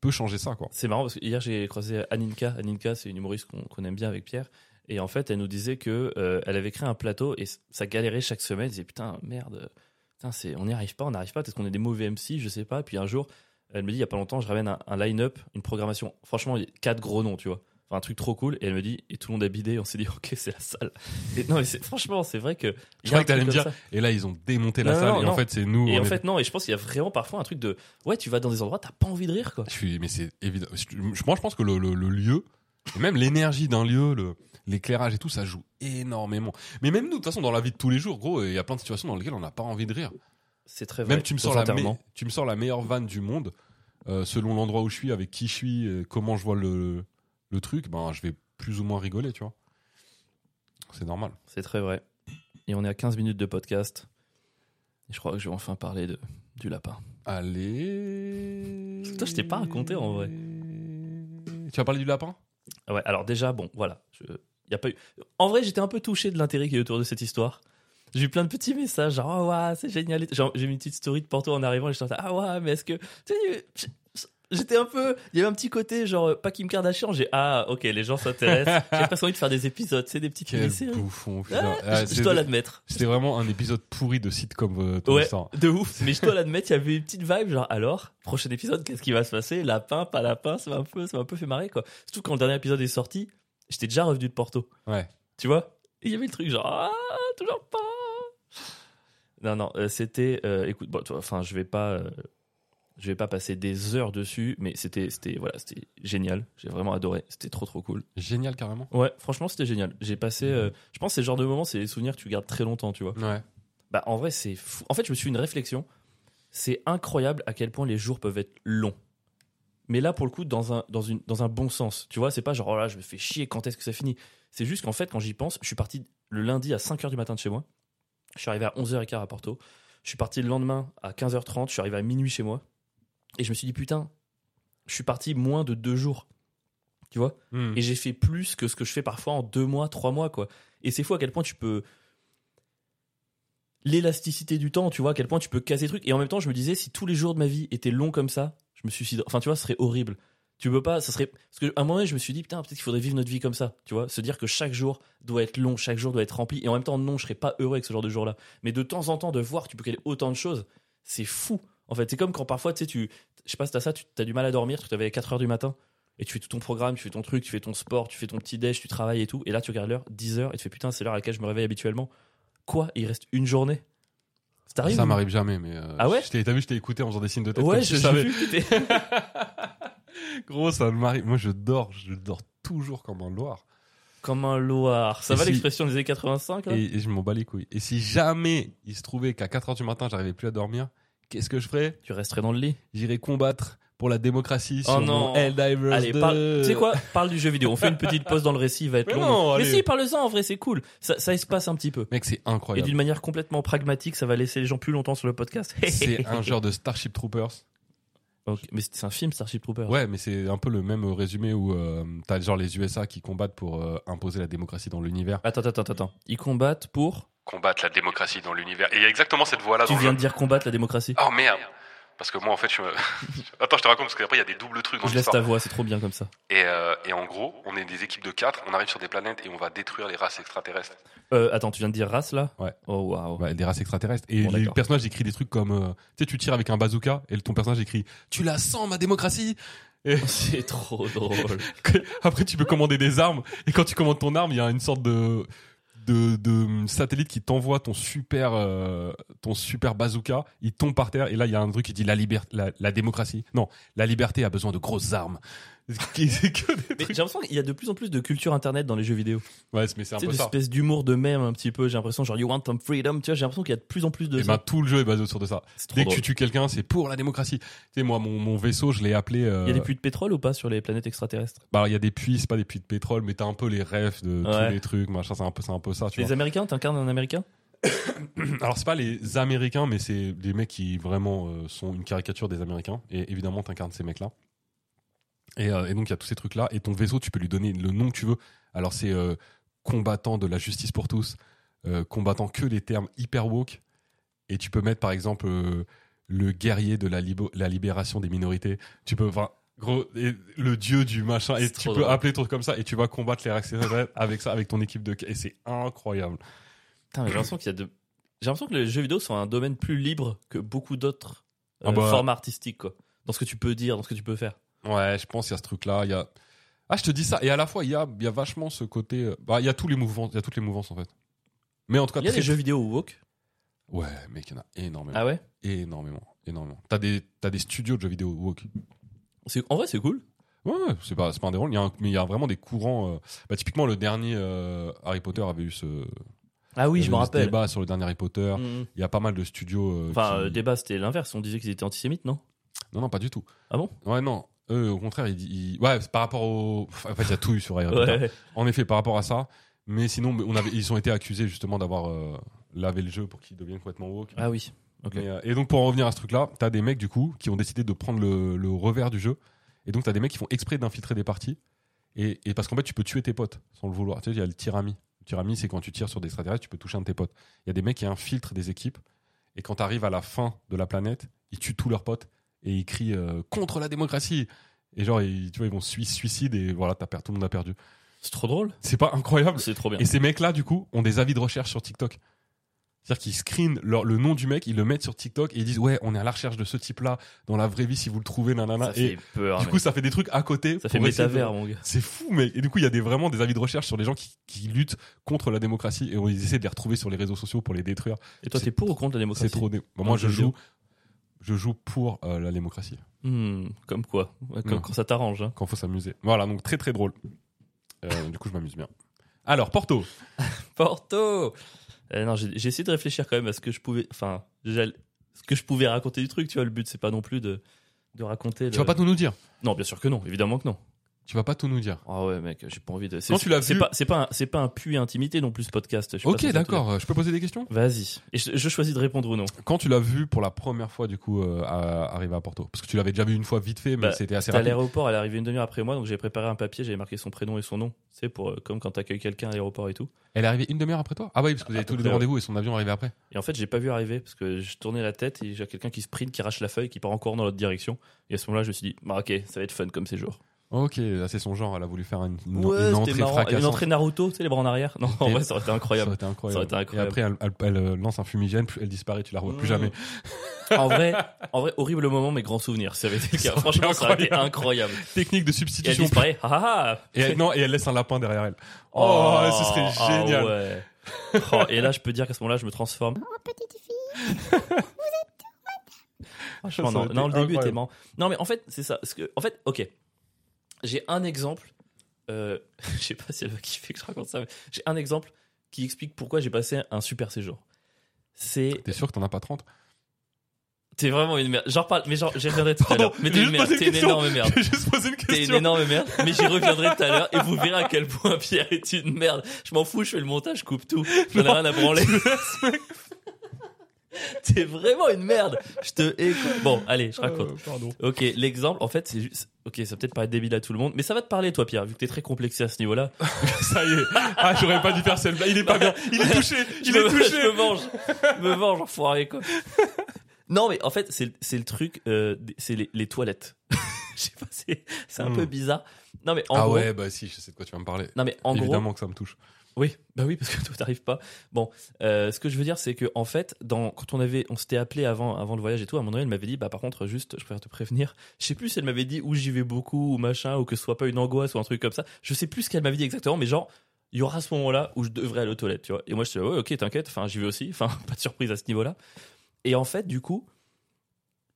Speaker 2: peut changer ça, quoi.
Speaker 1: C'est marrant parce que hier j'ai croisé Aninka. Aninka, c'est une humoriste qu'on qu'on aime bien avec Pierre. Et en fait, elle nous disait que euh, elle avait créé un plateau et s- ça galérait chaque semaine. Elle disait putain merde, putain c'est on n'y arrive pas, on n'arrive pas. Peut-être qu'on est des mauvais MC, je sais pas. Puis un jour, elle me dit il y a pas longtemps, je ramène un, un line-up, une programmation. Franchement, il y a quatre gros noms, tu vois. Enfin, un truc trop cool. Et elle me dit, et tout le monde a bidé. Et on s'est dit, ok, c'est la salle. Et non, mais c'est- franchement, c'est vrai que.
Speaker 2: Je croyais que t'allais
Speaker 1: t'allais
Speaker 2: me dire, et là, ils ont démonté la
Speaker 1: Non,
Speaker 2: salle,
Speaker 1: non,
Speaker 2: et
Speaker 1: non.
Speaker 2: en fait, c'est nous.
Speaker 1: Et
Speaker 2: on
Speaker 1: en
Speaker 2: est-
Speaker 1: fait, non. Et je pense qu'il y a vraiment parfois un truc de. Ouais, tu vas dans des endroits, t'as pas envie de rire, quoi.
Speaker 2: Je suis, mais c'est évident. Je- je- Moi, je pense que le, le- le lieu, et même l'énergie d'un lieu, le- l'éclairage et tout, ça joue énormément. Mais même nous, de toute façon, dans la vie de tous les jours, gros, il y a plein de situations dans lesquelles on n'a pas envie de rire.
Speaker 1: C'est très vrai.
Speaker 2: Même tu me,
Speaker 1: Sauf
Speaker 2: sors la
Speaker 1: enterrement.
Speaker 2: me- tu me sors la meilleure vanne du monde, euh, selon l'endroit où je suis, avec qui je suis, euh, comment je vois le, le truc, ben, je vais plus ou moins rigoler, tu vois. C'est normal.
Speaker 1: C'est très vrai. Et on est à 15 minutes de podcast. Et je crois que je vais enfin parler de, du lapin.
Speaker 2: Allez.
Speaker 1: Toi, je t'ai pas raconté, en vrai.
Speaker 2: Tu as parlé du lapin
Speaker 1: Ah Ouais, alors déjà, bon, voilà. Je, y a pas eu... En vrai, j'étais un peu touché de l'intérêt qui est autour de cette histoire. J'ai eu plein de petits messages, genre, ah ouais, c'est génial. et tout. Genre, J'ai mis une petite story de Porto en arrivant et je suis en train de, ah ouais, mais est-ce que. Tu sais, je- J'étais un peu. Il y avait un petit côté, genre, euh, pas Kim Kardashian. J'ai, ah, ok, les gens s'intéressent. J'ai presque envie de faire des épisodes, c'est des petites
Speaker 2: Quel
Speaker 1: mini-séries.
Speaker 2: bouffon, putain.
Speaker 1: hein. Ah,
Speaker 2: Ah,
Speaker 1: je- je
Speaker 2: c'est-
Speaker 1: dois l'admettre.
Speaker 2: C'était vraiment un épisode pourri de sitcom, euh, ton
Speaker 1: Ouais,
Speaker 2: histoire.
Speaker 1: de ouf. Mais je dois l'admettre, il y avait une petite vibe, genre alors, prochain épisode, qu'est-ce qui va se passer Lapin, pas lapin, ça m'a un peu, ça m'a un peu fait marrer quoi. Surtout quand le dernier épisode est sorti, j'étais déjà revenu de Porto.
Speaker 2: Ouais.
Speaker 1: Tu vois Et il y avait le truc genre ah, toujours pas. Non non, euh, c'était, euh, écoute, bon, toi, enfin je vais pas, euh, je vais pas passer des heures dessus, mais c'était, c'était, voilà, c'était génial. J'ai vraiment adoré. C'était trop trop cool.
Speaker 2: Génial, carrément.
Speaker 1: Ouais, franchement c'était génial. J'ai passé, euh, je pense que c'est le genre de moment, c'est les souvenirs que tu gardes très longtemps, tu vois.
Speaker 2: Ouais.
Speaker 1: Bah, en vrai, c'est fou. En fait, je me suis fait une réflexion. C'est incroyable à quel point les jours peuvent être longs. Mais là, pour le coup, dans un, dans une, dans un bon sens. Tu vois, c'est pas genre, oh là, je me fais chier, quand est-ce que ça finit C'est juste qu'en fait, quand j'y pense, je suis parti le lundi à 5h du matin de chez moi. Je suis arrivé à 11h15 à Porto. Je suis parti le lendemain à 15h30. Je suis arrivé à minuit chez moi. Et je me suis dit, putain, je suis parti moins de deux jours. Tu vois
Speaker 2: Hmm.
Speaker 1: et j'ai fait plus que ce que je fais parfois en deux mois, trois mois, quoi. Et c'est fou à quel point tu peux. L'élasticité du temps, tu vois, à quel point tu peux casser des trucs. Et en même temps, je me disais, si tous les jours de ma vie étaient longs comme ça, je me suiciderais. Enfin, tu vois, ce serait horrible. Tu peux pas, ça serait. Parce qu'à un moment donné, je me suis dit, putain, peut-être qu'il faudrait vivre notre vie comme ça, tu vois. Se dire que chaque jour doit être long, chaque jour doit être rempli. Et en même temps, non, je serais pas heureux avec ce genre de jour-là. Mais de temps en temps, de voir que tu peux créer autant de choses, c'est fou. En fait, c'est comme quand parfois, tu sais, tu. Je sais pas si t'as ça, tu as du mal à dormir, tu t'avais à 4 heures du matin et tu fais tout ton programme, tu fais ton truc, tu fais ton sport, tu fais ton petit déj, tu travailles et tout. Et là, tu regardes l'heure, 10 heures, et tu fais putain, c'est l'heure à laquelle je me réveille habituellement. Quoi Il reste une journée Ça t'arrive
Speaker 2: Ça
Speaker 1: ou-
Speaker 2: m'arrive jamais, mais. euh,
Speaker 1: Ah ouais
Speaker 2: je t'ai- T'as vu, je t'ai écouté en faisant des signes de tête.
Speaker 1: Ouais,
Speaker 2: comme
Speaker 1: je,
Speaker 2: si
Speaker 1: je
Speaker 2: savais.
Speaker 1: suis- t'es-
Speaker 2: Gros, ça m'arrive. Moi, je dors. Je dors toujours comme un loir.
Speaker 1: Comme un loir. Ça
Speaker 2: Et
Speaker 1: va
Speaker 2: si-
Speaker 1: l'expression des années 85 là
Speaker 2: Et, et je m'en bats les couilles. Et si jamais il se trouvait qu'à 4h du matin, j'arrivais plus à dormir, qu'est-ce que je ferais
Speaker 1: Tu resterais dans le lit.
Speaker 2: J'irais combattre pour la démocratie
Speaker 1: Oh
Speaker 2: sur
Speaker 1: non.
Speaker 2: mon Helldivers
Speaker 1: Allez,
Speaker 2: 2.
Speaker 1: parle. Tu sais quoi Parle du jeu vidéo. On fait une petite pause dans le récit, il va être
Speaker 2: Mais
Speaker 1: long.
Speaker 2: non,
Speaker 1: mais
Speaker 2: allez.
Speaker 1: si, parle-en en vrai, c'est cool. Ça, ça espace un petit peu.
Speaker 2: Mec, c'est
Speaker 1: Et
Speaker 2: incroyable.
Speaker 1: d'une manière complètement pragmatique, ça va laisser les gens plus longtemps sur le podcast.
Speaker 2: C'est un genre de Starship Troopers.
Speaker 1: Ok, Mais c'est un film, Starship Troopers.
Speaker 2: Ouais, mais c'est un peu le même résumé où euh, t'as genre les USA qui combattent pour euh, imposer la démocratie dans l'univers.
Speaker 1: Attends, attends, attends, attends. Ils combattent pour.
Speaker 2: Combattre la démocratie dans l'univers. Et il y a exactement cette voix-là.
Speaker 1: Tu viens de dire combattre la démocratie.
Speaker 2: Oh merde Parce que moi, en fait, je me... Attends, je te raconte, parce qu'après, il y a des doubles trucs dans
Speaker 1: Je laisse
Speaker 2: l'histoire.
Speaker 1: ta voix, c'est trop bien comme ça.
Speaker 2: Et, euh, et en gros, on est des équipes de 4, on arrive sur des planètes et on va détruire les races extraterrestres.
Speaker 1: Euh, attends, tu viens de dire race là
Speaker 2: Ouais.
Speaker 1: Oh waouh.
Speaker 2: Ouais, des races extraterrestres. Et
Speaker 1: Bon,
Speaker 2: les
Speaker 1: d'accord.
Speaker 2: personnages écrit des trucs comme... euh, tu sais, tu tires avec un bazooka et ton personnage écrit « Tu la sens, ma démocratie !»
Speaker 1: C'est trop drôle.
Speaker 2: Après, tu peux commander des armes. Et quand tu commandes ton arme, il y a une sorte de de, de satellite qui t'envoie ton super euh, ton super bazooka. Il tombe par terre. Et là, il y a un truc qui dit la liberté, la, la démocratie. Non, la liberté a besoin de grosses armes. C'est que des
Speaker 1: Mais j'ai
Speaker 2: trucs.
Speaker 1: l'impression qu'il y a de plus en plus de culture internet dans les jeux vidéo.
Speaker 2: Ouais, mais c'est un
Speaker 1: C'est
Speaker 2: peu
Speaker 1: une
Speaker 2: ça.
Speaker 1: espèce d'humour de même un petit peu. J'ai l'impression genre you want some freedom. Tu vois, j'ai l'impression qu'il y a de plus en plus de
Speaker 2: Et
Speaker 1: ça.
Speaker 2: ben tout le jeu est basé autour de ça.
Speaker 1: c'est trop
Speaker 2: Dès que
Speaker 1: drôle.
Speaker 2: tu tues quelqu'un, c'est pour la démocratie. Tu sais, moi, mon, mon vaisseau, je l'ai appelé. euh,
Speaker 1: Il y a des puits de pétrole ou pas sur les planètes extraterrestres
Speaker 2: bah, alors, il y a des puits, c'est pas des puits de pétrole, mais t'as un peu les rêves de
Speaker 1: Ouais.
Speaker 2: tous les trucs, machin. C'est un peu, c'est un peu ça. Tu vois.
Speaker 1: Les Américains, t'incarnes un Américain
Speaker 2: Alors, c'est pas les Américains, mais c'est des mecs qui vraiment euh, sont une caricature des Américains. Et évidemment, t'incarnes ces mecs-là. Et, euh, et donc, il y a tous ces trucs-là. Et ton vaisseau, tu peux lui donner le nom que tu veux. Alors, c'est euh, combattant de la justice pour tous, euh, combattant que les termes hyper woke. Et tu peux mettre, par exemple, euh, le guerrier de la, libo- la libération des minorités. Tu peux. Enfin, gros, et le dieu du machin. Et
Speaker 1: C'est
Speaker 2: tu
Speaker 1: trop
Speaker 2: peux
Speaker 1: drôle.
Speaker 2: appeler ton truc comme ça. Et tu vas combattre les accélérateurs avec ça, avec ton équipe de. Et c'est incroyable.
Speaker 1: Putain, mais j'ai l'impression qu'il y a de. J'ai l'impression que les jeux vidéo sont un domaine plus libre que beaucoup d'autres euh,
Speaker 2: Ah bah.
Speaker 1: formats artistiques quoi. Dans ce que tu peux dire, dans ce que tu peux faire.
Speaker 2: Ouais, je pense qu'il y a ce truc-là. Il y a... Ah, je te dis ça. Et à la fois, il y a, il y a vachement ce côté. euh, bah, il y a tous les mouvements, il y a toutes les mouvances en fait. Mais en tout cas,
Speaker 1: Il y a
Speaker 2: très-
Speaker 1: des jeux vidéo woke.
Speaker 2: Ouais, mec, il y en a énormément,
Speaker 1: Ah ouais
Speaker 2: énormément, énormément. T'as des, t'as des studios de jeux vidéo woke.
Speaker 1: C'est- En vrai, c'est cool.
Speaker 2: Ouais, ouais, c'est pas, c'est pas un dérange. Il y a un- mais il y a vraiment des courants. euh, bah, typiquement, le dernier euh, Harry Potter avait eu ce.
Speaker 1: Ah oui,
Speaker 2: avait
Speaker 1: je
Speaker 2: eu
Speaker 1: me
Speaker 2: ce
Speaker 1: rappelle.
Speaker 2: Débat sur le dernier Harry Potter.
Speaker 1: Mm.
Speaker 2: Il y a pas mal de studios. euh,
Speaker 1: Enfin,
Speaker 2: qui-
Speaker 1: euh, débat, c'était l'inverse. On disait qu'ils étaient antisémites, non
Speaker 2: Non, non, pas du tout.
Speaker 1: Ah bon
Speaker 2: Ouais, non. Eux, au contraire, ils, ils- ouais, c'est par rapport au. En fait, il y a tout eu sur Harry Potter.
Speaker 1: Ouais.
Speaker 2: En effet, par rapport à ça. Mais sinon, mais on avait, ils ont été accusés justement d'avoir euh, lavé le jeu pour qu'il devienne complètement woke.
Speaker 1: Ah oui. Ok.
Speaker 2: Mais, euh, et donc, pour en revenir à ce truc-là, t'as des mecs du coup qui ont décidé de prendre le, le revers du jeu. Et donc, t'as des mecs qui font exprès d'infiltrer des parties. Et, et parce qu'en fait, tu peux tuer tes potes sans le vouloir. Tu sais, il y a le tirami. Le tirami, c'est quand tu tires sur des extraterrestres, tu peux toucher un de tes potes. Il y a des mecs qui infiltrent des équipes. Et quand t'arrives à la fin de la planète, ils tuent tous leurs potes et ils crient euh, contre la démocratie. Et genre, ils, tu vois, ils vont se sui- suicider et voilà, t'as perdu, tout le monde a perdu.
Speaker 1: C'est trop drôle.
Speaker 2: C'est pas incroyable
Speaker 1: C'est trop bien.
Speaker 2: et ces mecs-là, du coup, ont des avis de recherche sur TikTok. C'est-à-dire qu'ils screenent leur- le nom du mec, ils le mettent sur TikTok et ils disent Ouais, on est à la recherche de ce type-là dans la vraie vie si vous le trouvez, nanana.
Speaker 1: Ça
Speaker 2: et
Speaker 1: fait peur.
Speaker 2: du
Speaker 1: mec.
Speaker 2: coup, ça fait des trucs à côté.
Speaker 1: Ça fait
Speaker 2: pour essayer de-
Speaker 1: métavers, mon gars.
Speaker 2: C'est fou, mec. Et du coup, il y a des, vraiment des avis de recherche sur les gens qui, qui luttent contre la démocratie et on ils essaie de les retrouver sur les réseaux sociaux pour les détruire.
Speaker 1: Et toi,
Speaker 2: C'est-
Speaker 1: t'es pour ou contre la démocratie
Speaker 2: C'est trop. dé- Bon,
Speaker 1: Dans
Speaker 2: moi,
Speaker 1: le
Speaker 2: je
Speaker 1: jeu
Speaker 2: joue, je joue pour euh, la démocratie
Speaker 1: Hmm, Comme quoi Ouais,
Speaker 2: Non.
Speaker 1: Comme quand ça t'arrange. hein.
Speaker 2: quand faut s'amuser. Voilà, donc très très drôle. Euh, du coup, je m'amuse bien. Alors, Porto.
Speaker 1: Porto Euh, Non, j'ai j'ai essayé de réfléchir quand même à ce que je pouvais. Enfin, j'allais- ce que je pouvais raconter du truc, tu vois. Le but, c'est pas non plus de, de raconter.
Speaker 2: Tu
Speaker 1: le-
Speaker 2: vas pas tout nous dire.
Speaker 1: Non, bien sûr que non. Évidemment que non.
Speaker 2: Tu vas pas tout nous dire.
Speaker 1: Ah ouais, mec, j'ai pas envie de.
Speaker 2: Quand tu l'as
Speaker 1: c'est
Speaker 2: vu-
Speaker 1: pas, c'est pas, un- c'est pas un puits intimité non plus ce podcast. je suis pas
Speaker 2: Ok,
Speaker 1: censé te
Speaker 2: d'accord. Euh, Je peux poser des questions
Speaker 1: le dire. Vas-y. Et je, je choisis de répondre ou non.
Speaker 2: Quand tu l'as vu pour la première fois, du coup, euh, à- arrivé à Porto Parce que tu l'avais déjà vu une fois vite fait, mais
Speaker 1: Bah,
Speaker 2: c'était assez
Speaker 1: T'es à
Speaker 2: rapide.
Speaker 1: l'aéroport, elle est arrivée une demi-heure après moi, donc j'ai préparé un papier, j'avais marqué son prénom et son nom. C'est pour euh, comme quand t'accueilles quelqu'un à l'aéroport et tout.
Speaker 2: Elle est arrivée une demi-heure après toi Ah oui, parce que vous
Speaker 1: À
Speaker 2: avez
Speaker 1: peu
Speaker 2: tous les deux
Speaker 1: près, ouais.
Speaker 2: rendez-vous et son avion arrivait après.
Speaker 1: Et en fait, j'ai pas vu arriver parce que je tournais la tête et j'ai quelqu'un qui sprint, qui arrache la feuille, qui part en courant dans l'autre direction. Et à ce moment-là, je me suis dit, bah ok, ça va être fun comme séjour.
Speaker 2: Ok, là, c'est son genre. Elle a voulu faire une, une-
Speaker 1: ouais,
Speaker 2: une
Speaker 1: c'était
Speaker 2: entrée
Speaker 1: marrant. Et
Speaker 2: fracassante.
Speaker 1: Une entrée Naruto, tu sais, les bras en arrière. Non, en
Speaker 2: Et-
Speaker 1: vrai, ça aurait été
Speaker 2: ça aurait
Speaker 1: incroyable.
Speaker 2: été incroyable.
Speaker 1: Ça aurait été incroyable.
Speaker 2: Et après, elle, elle- elle, euh, lance un fumigène, plus- elle disparaît, tu la revois plus
Speaker 1: Mmh.
Speaker 2: jamais.
Speaker 1: en vrai, en vrai, horrible moment, mais grand souvenir. Ça avait été-
Speaker 2: Ça aurait été
Speaker 1: franchement, ça aurait été incroyable.
Speaker 2: Technique
Speaker 1: Et
Speaker 2: de
Speaker 1: elle
Speaker 2: substitution.
Speaker 1: disparaît. Ah, ah, ah.
Speaker 2: Et elle- non, et elle laisse un lapin derrière elle. Oh, ce serait
Speaker 1: ah
Speaker 2: génial.
Speaker 1: ouais. Oh, et là, je peux dire qu'à ce moment-là, je me transforme. Franchement,
Speaker 2: Ça aurait
Speaker 1: Ah, non, non,
Speaker 2: été
Speaker 1: le début
Speaker 2: incroyable.
Speaker 1: était marrant. Non, mais en fait, c'est ça. Parce que, en fait, ok. J'ai un exemple. euh, je sais pas si elle va kiffer que je raconte ça, mais j'ai un exemple qui explique pourquoi j'ai passé un super séjour. C'est.
Speaker 2: T'es sûr que t'en as pas 30
Speaker 1: T'es vraiment une merde. Genre, parle- mais genre, j'y reviendrai tout à l'heure.
Speaker 2: Pardon,
Speaker 1: Mais
Speaker 2: j'ai
Speaker 1: t'es une
Speaker 2: juste
Speaker 1: merde.
Speaker 2: posé une
Speaker 1: T'es une
Speaker 2: question.
Speaker 1: énorme merde.
Speaker 2: J'ai juste posé une
Speaker 1: T'es une
Speaker 2: question.
Speaker 1: énorme merde, mais j'y reviendrai tout à l'heure et vous verrez à quel point Pierre est une merde. Je m'en fous, je fais le montage, je coupe tout. J'en ai
Speaker 2: Non.
Speaker 1: rien à branler. T'es vraiment une merde. Je te écoute. Bon, allez, je raconte.
Speaker 2: Euh, pardon.
Speaker 1: Ok, l'exemple, en fait, c'est juste. Ok, ça va peut-être paraître débile à tout le monde, mais ça va te parler, toi, Pierre, vu que t'es très complexé à ce niveau-là.
Speaker 2: Ça y est. Ah, j'aurais pas dû faire celle-là. Il est pas bien. Il est touché.
Speaker 1: Je
Speaker 2: Il
Speaker 1: me,
Speaker 2: est
Speaker 1: je me
Speaker 2: touché.
Speaker 1: venge. Je me venge, enfoiré, quoi. Non, mais en fait, c'est c'est le truc, euh, des- c'est les, les toilettes. Je sais pas, c'est c'est un
Speaker 2: Hmm.
Speaker 1: peu bizarre. Non, mais en
Speaker 2: ah
Speaker 1: gros.
Speaker 2: ouais, bah si, je sais de quoi tu vas me parler.
Speaker 1: Non, mais en gros.
Speaker 2: Évidemment que ça me touche.
Speaker 1: Oui, bah oui, parce que toi t'arrives pas. Bon, euh, ce que je veux dire, c'est que en fait, dans, quand on avait, on s'était appelé avant, avant le voyage et tout, à un moment donné, elle m'avait dit, bah par contre, juste, je préfère te prévenir. Je sais plus si elle m'avait dit où j'y vais beaucoup ou machin, ou que ce soit pas une angoisse ou un truc comme ça. Je sais plus ce qu'elle m'avait dit exactement, mais genre, il y aura ce moment-là où je devrais aller aux toilettes, tu vois. Et moi, je suis ouais, ok, t'inquiète, enfin, j'y vais aussi, enfin, pas de surprise à ce niveau-là. Et en fait, du coup,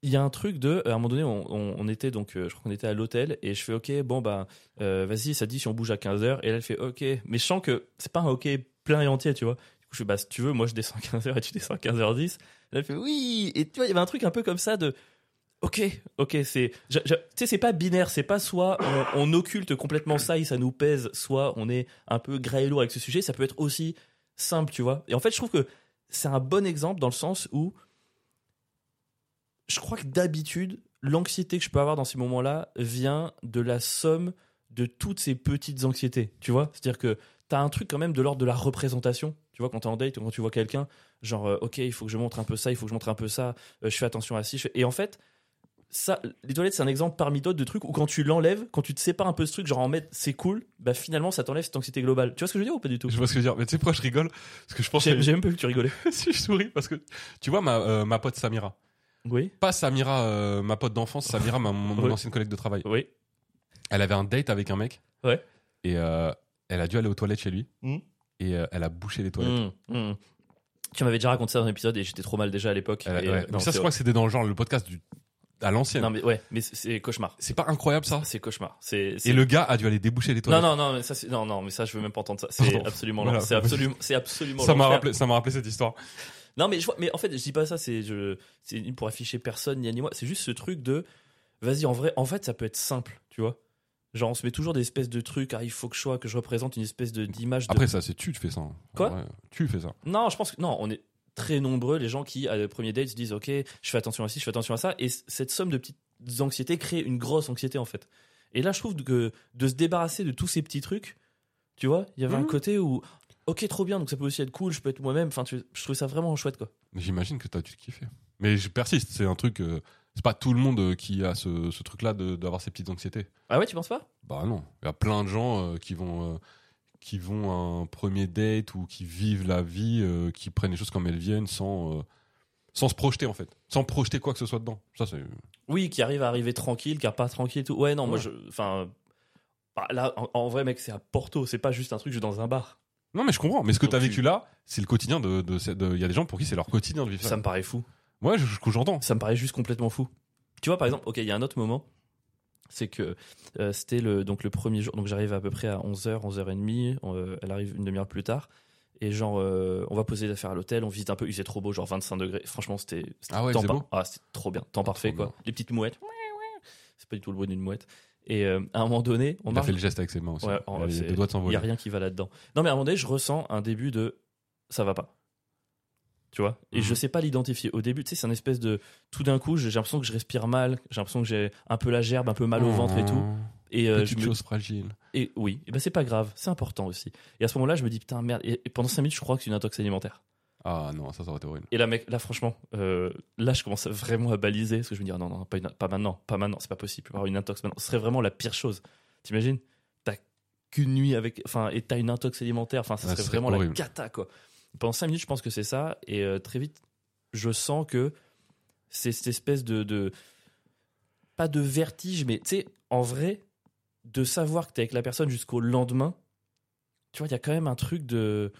Speaker 1: il y a un truc de, à un moment donné, on, on- on était donc, euh, je crois qu'on était à l'hôtel, et je fais, ok, bon, bah, euh, vas-y, ça te dit si on bouge à 15h. Et là, elle fait OK. Mais je sens que c'est pas un OK plein et entier, tu vois. Du coup, je fais, bah, si tu veux, moi, je descends à 15h et tu descends à 15h10. Là, elle fait oui. Et tu vois, il y avait un truc un peu comme ça de OK, OK, c'est. j'a- j'a- Tu sais, c'est pas binaire, c'est pas soit on, on occulte complètement ça et ça nous pèse, soit on est un peu grêle lourd avec ce sujet. Ça peut être aussi simple, tu vois. Et en fait, je trouve que c'est un bon exemple dans le sens où je crois que d'habitude, l'anxiété que je peux avoir dans ces moments-là vient de la somme de toutes ces petites anxiétés, tu vois C'est-à-dire que t'as un truc quand même de l'ordre de la représentation, tu vois, quand t'es en date ou quand tu vois quelqu'un, genre, euh, ok, il faut que je montre un peu ça, il faut que je montre un peu ça, euh, je fais attention à ci, je fais- et en fait, ça, les toilettes, c'est un exemple parmi d'autres de trucs où quand tu l'enlèves, quand tu te sépares un peu de ce truc, genre en mettre c'est cool, bah finalement ça t'enlève cette anxiété globale. Tu vois ce que je veux dire ou pas du tout
Speaker 2: Je vois ce que je veux dire. Mais tu sais pourquoi je rigole Parce que je pense
Speaker 1: J'ai
Speaker 2: que
Speaker 1: j'ai même pas vu que tu rigolais.
Speaker 2: si je souris, parce que tu vois ma, euh, ma pote Samira.
Speaker 1: Oui,
Speaker 2: Pas Samira, euh, ma pote d'enfance, Samira, ma, mon, mon
Speaker 1: Ouais.
Speaker 2: ancienne collègue de travail.
Speaker 1: oui.
Speaker 2: Elle avait un date avec un mec
Speaker 1: Ouais.
Speaker 2: Et euh, elle a dû aller aux toilettes chez lui.
Speaker 1: Mm.
Speaker 2: Et euh, elle a bouché les toilettes.
Speaker 1: Mm, mm. Tu m'avais déjà raconté ça dans un épisode et j'étais trop mal déjà à l'époque.
Speaker 2: Elle a-
Speaker 1: Et,
Speaker 2: ouais.
Speaker 1: euh,
Speaker 2: Mais
Speaker 1: non,
Speaker 2: ça,
Speaker 1: c'est
Speaker 2: je crois que c'était dans le genre le podcast du... à
Speaker 1: horrible.
Speaker 2: l'ancienne.
Speaker 1: Non, mais ouais, mais c'est- c'est cauchemar.
Speaker 2: C'est pas incroyable ça
Speaker 1: C'est cauchemar. C'est c'est-
Speaker 2: Et le gars a dû aller déboucher les
Speaker 1: Non,
Speaker 2: toilettes.
Speaker 1: non, non, mais ça, c'est- non, non, mais ça, je veux même pas entendre ça. C'est
Speaker 2: Pardon.
Speaker 1: absolument,
Speaker 2: Voilà.
Speaker 1: l'enfer. c'est absolument, c'est absolument.
Speaker 2: ça m'a
Speaker 1: l'enfer.
Speaker 2: rappelé, ça m'a rappelé cette histoire.
Speaker 1: Non, mais je vois, mais en fait, je dis pas ça. C'est, je, c'est ni pour afficher personne ni à ni moi. C'est juste ce truc de, vas-y, en vrai, en fait, ça peut être simple, tu vois. Genre, on se met toujours des espèces de trucs. Ah, il faut que je sois, que je représente une espèce de d'image. De...
Speaker 2: Après, ça, c'est tu, tu fais ça. hein. En
Speaker 1: Quoi
Speaker 2: vrai, Tu fais ça.
Speaker 1: Non, je pense que non, on est très nombreux les gens qui à le premier date se disent ok, je fais attention à ci, je fais attention à ça, et c- cette somme de petites anxiétés crée une grosse anxiété en fait. Et là, je trouve que de se débarrasser de tous ces petits trucs, tu vois, il y avait un
Speaker 2: Mhm.
Speaker 1: côté où ok, trop bien, donc ça peut aussi être cool, je peux être moi-même. Enfin, tu- je trouve ça vraiment chouette quoi.
Speaker 2: Mais J'imagine que t'as dû kiffer. Mais je persiste, c'est un truc. euh, c'est pas tout le monde euh, qui a ce, ce truc-là de- d'avoir ces petites anxiétés.
Speaker 1: Ah ouais, tu penses pas
Speaker 2: Bah non, il y a plein de gens euh, qui vont euh, qui vont à un premier date ou qui vivent la vie, euh, qui prennent les choses comme elles viennent sans euh, sans se projeter en fait, sans projeter quoi que ce soit dedans. Ça c'est
Speaker 1: Oui, qui arrive à arriver tranquille, car pas tranquille et tout. Ouais, non, moi
Speaker 2: Ouais.
Speaker 1: je, enfin. bah, Là, en, en vrai, mec, c'est à Porto, c'est pas juste un truc, je suis dans un bar.
Speaker 2: non mais je comprends. Mais ce que
Speaker 1: Donc
Speaker 2: t'as
Speaker 1: tu-
Speaker 2: vécu là, c'est le quotidien de de cette- de- il y a des gens pour qui c'est leur quotidien de vivre
Speaker 1: Ça
Speaker 2: ça.
Speaker 1: me paraît fou.
Speaker 2: Moi je- je- j'entends.
Speaker 1: Ça me paraît juste complètement fou. Tu vois, par exemple, ok, il y a un autre moment, c'est que euh, c'était le, donc le premier jour, donc j'arrive à peu près à 11h, 11h30, euh, elle arrive une demi-heure plus tard, et genre, euh, on va poser les affaires à l'hôtel, on visite un peu, il faisait trop beau, genre 25 degrés, franchement, c'était c'était
Speaker 2: Ah ouais, il
Speaker 1: temps
Speaker 2: faisait
Speaker 1: par-
Speaker 2: beau
Speaker 1: Ah, c'était trop bien, temps parfait,
Speaker 2: trop
Speaker 1: quoi. Les petites mouettes, c'est pas du tout le bruit d'une mouette. Et euh, à un moment donné, on
Speaker 2: On a
Speaker 1: marche,
Speaker 2: fait le geste avec ses mains aussi.
Speaker 1: Ouais,
Speaker 2: Il
Speaker 1: en-
Speaker 2: a les
Speaker 1: c'est-
Speaker 2: deux doigts
Speaker 1: il
Speaker 2: de
Speaker 1: y
Speaker 2: s'envoler.
Speaker 1: a rien qui va là-dedans. Non, mais à un moment donné, je ressens un début de ça va pas. Tu vois Et
Speaker 2: Mhm.
Speaker 1: je sais pas l'identifier. Au début, tu sais, c'est un espèce de. Tout d'un coup, j'ai j'ai l'impression que je respire mal, j'ai l'impression que j'ai un peu la gerbe, un peu mal au ventre et tout. Et, euh, je
Speaker 2: Mhm. Oh, Petite
Speaker 1: me-
Speaker 2: chose fragile.
Speaker 1: et oui, et ben c'est pas grave, c'est important aussi. Et à ce moment-là, je me dis putain, merde. Et, et pendant 5 minutes, je crois que c'est une intox alimentaire.
Speaker 2: Ah non, ça ça aurait été horrible.
Speaker 1: Et là, mec, là, franchement, euh, là, je commence vraiment à baliser parce que je me dis, ah non, non, pas, une- pas maintenant, pas maintenant, c'est pas possible. Avoir une intox maintenant, ce serait vraiment la pire chose. T'imagines T'as qu'une nuit avec. Enfin, et t'as une intox alimentaire, enfin, ça
Speaker 2: Ouais,
Speaker 1: serait
Speaker 2: Ah, ce serait
Speaker 1: vraiment
Speaker 2: horrible.
Speaker 1: la cata, quoi. Pendant 5 minutes, je pense que c'est ça, et euh, très vite, je sens que c'est cette espèce de. de- pas de vertige, mais tu sais, en vrai, de savoir que t'es avec la personne jusqu'au lendemain, tu vois, il y a quand même un truc de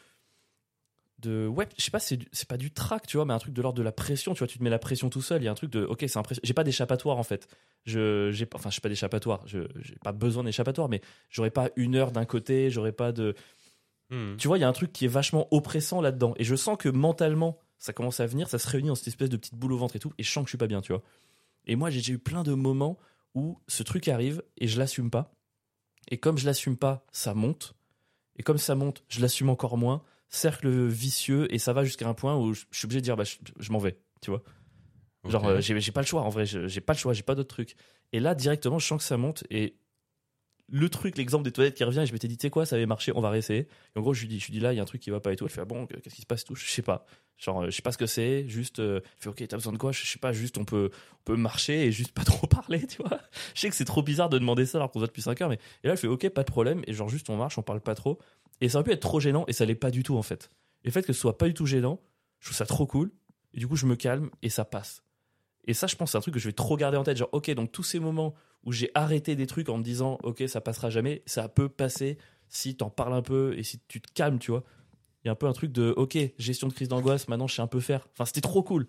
Speaker 1: de ouais je sais pas c'est du- c'est pas du trac tu vois mais un truc de l'ordre de la pression tu vois tu te mets la pression tout seul il y a un truc de ok c'est impression j'ai pas d'échappatoire en fait je j'ai pas- enfin je suis pas d'échappatoire je j'ai pas besoin d'échappatoire mais j'aurais pas une heure d'un côté j'aurais pas de
Speaker 2: Mm.
Speaker 1: tu vois il y a un truc qui est vachement oppressant là dedans et je sens que mentalement ça commence à venir ça se réunit dans cette espèce de petite boule au ventre et tout et je sens que je suis pas bien tu vois et moi j'ai déjà eu plein de moments où ce truc arrive et je l'assume pas et comme je l'assume pas ça monte et comme ça monte je l'assume encore moins cercle vicieux et ça va jusqu'à un point où je, je suis obligé de dire bah, je, je m'en vais, tu vois. Genre
Speaker 2: Ok.
Speaker 1: euh, j'ai j'ai pas le choix en vrai, je- j'ai pas le choix, j'ai pas d'autre truc. Et là directement je sens que ça monte et le truc, l'exemple des toilettes qui revient et je m'étais dit tu sais quoi ça avait marché, on va réessayer. Et en gros je lui dis je lui dis là il y a un truc qui va pas et tout, elle fait ah bon qu'est-ce qui se passe et tout, je sais pas. Genre euh, je sais pas ce que c'est, juste euh, je fais OK, t'as besoin de quoi Je sais pas, juste on peut on peut marcher et juste pas trop parler, tu vois. Je sais que c'est trop bizarre de demander ça alors qu'on se voit depuis 5 heures mais et là elle fait OK, pas de problème et genre juste on marche, on parle pas trop et ça aurait pu être trop gênant et ça l'est pas du tout en fait. Et le fait que ce soit pas du tout gênant, je trouve ça trop cool. Et du coup, je me calme et ça passe. Et ça, je pense, c'est un truc que je vais trop garder en tête. Genre, ok, donc tous ces moments où j'ai arrêté des trucs en me disant, ok, ça passera jamais, ça peut passer si t'en parles un peu et si tu te calmes, tu vois. Il y a un peu un truc de, ok, gestion de crise d'angoisse, maintenant je sais un peu faire. Enfin, c'était trop cool.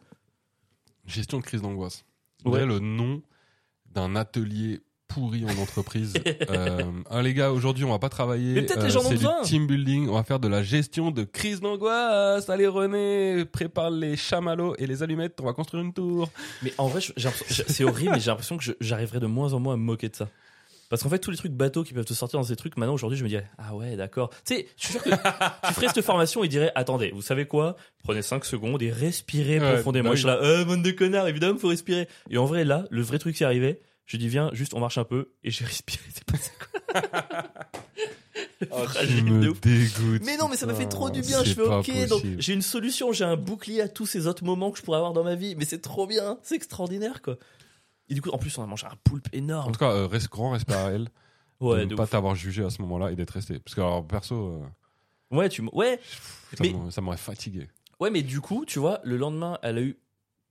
Speaker 2: Gestion de crise d'angoisse.
Speaker 1: Ouais.
Speaker 2: Ouais. le nom d'un atelier pourri en entreprise. Euh, ah les gars, aujourd'hui on va pas travailler.
Speaker 1: Mais
Speaker 2: euh,
Speaker 1: peut-être les gens en ont
Speaker 2: c'est du
Speaker 1: besoin.
Speaker 2: team building. On va faire de la gestion de crise d'angoisse. Allez René, prépare les chamallows et les allumettes. On va construire une tour.
Speaker 1: Mais en vrai, je- j'ai l'impression- j'ai- c'est horrible, mais j'ai l'impression que je- j'arriverai de moins en moins à me moquer de ça. Parce qu'en fait, tous les trucs bateaux qui peuvent te sortir dans ces trucs, maintenant aujourd'hui, je me dirais Ah ouais, d'accord. Tu sais, je suis sûr que tu ferais cette formation et dirais Attendez, vous savez quoi Prenez 5 secondes et respirez
Speaker 2: Ouais,
Speaker 1: profondément.
Speaker 2: bah
Speaker 1: Et je suis là, euh, bande de connards, évidemment, faut respirer. Et en vrai, là, le vrai truc qui est arrivé, je dis Viens, juste on marche un peu et j'ai respiré. C'est passé quoi Le
Speaker 2: Oh, Tu
Speaker 1: fragile Ah, de
Speaker 2: me
Speaker 1: ouf.
Speaker 2: dégoûtes.
Speaker 1: Mais non, mais ça m'a fait trop du bien.
Speaker 2: C'est
Speaker 1: Je fais
Speaker 2: pas
Speaker 1: ok, donc
Speaker 2: possible.
Speaker 1: j'ai une solution, j'ai un bouclier à tous ces autres moments que je pourrais avoir dans ma vie. Mais c'est trop bien, c'est extraordinaire quoi. Et du coup, en plus, on a mangé un poulpe
Speaker 2: En
Speaker 1: énorme.
Speaker 2: tout cas, euh, reste- grand respect à elle
Speaker 1: Ouais,
Speaker 2: de ne
Speaker 1: de
Speaker 2: pas
Speaker 1: ouf.
Speaker 2: t'avoir jugé à ce moment-là et d'être resté. Parce que alors perso, euh,
Speaker 1: ouais, tu, m- ouais,
Speaker 2: ça
Speaker 1: Mais-
Speaker 2: m'aurait- ça m'aurait fatigué.
Speaker 1: ouais, mais du coup, tu vois, le lendemain, elle a eu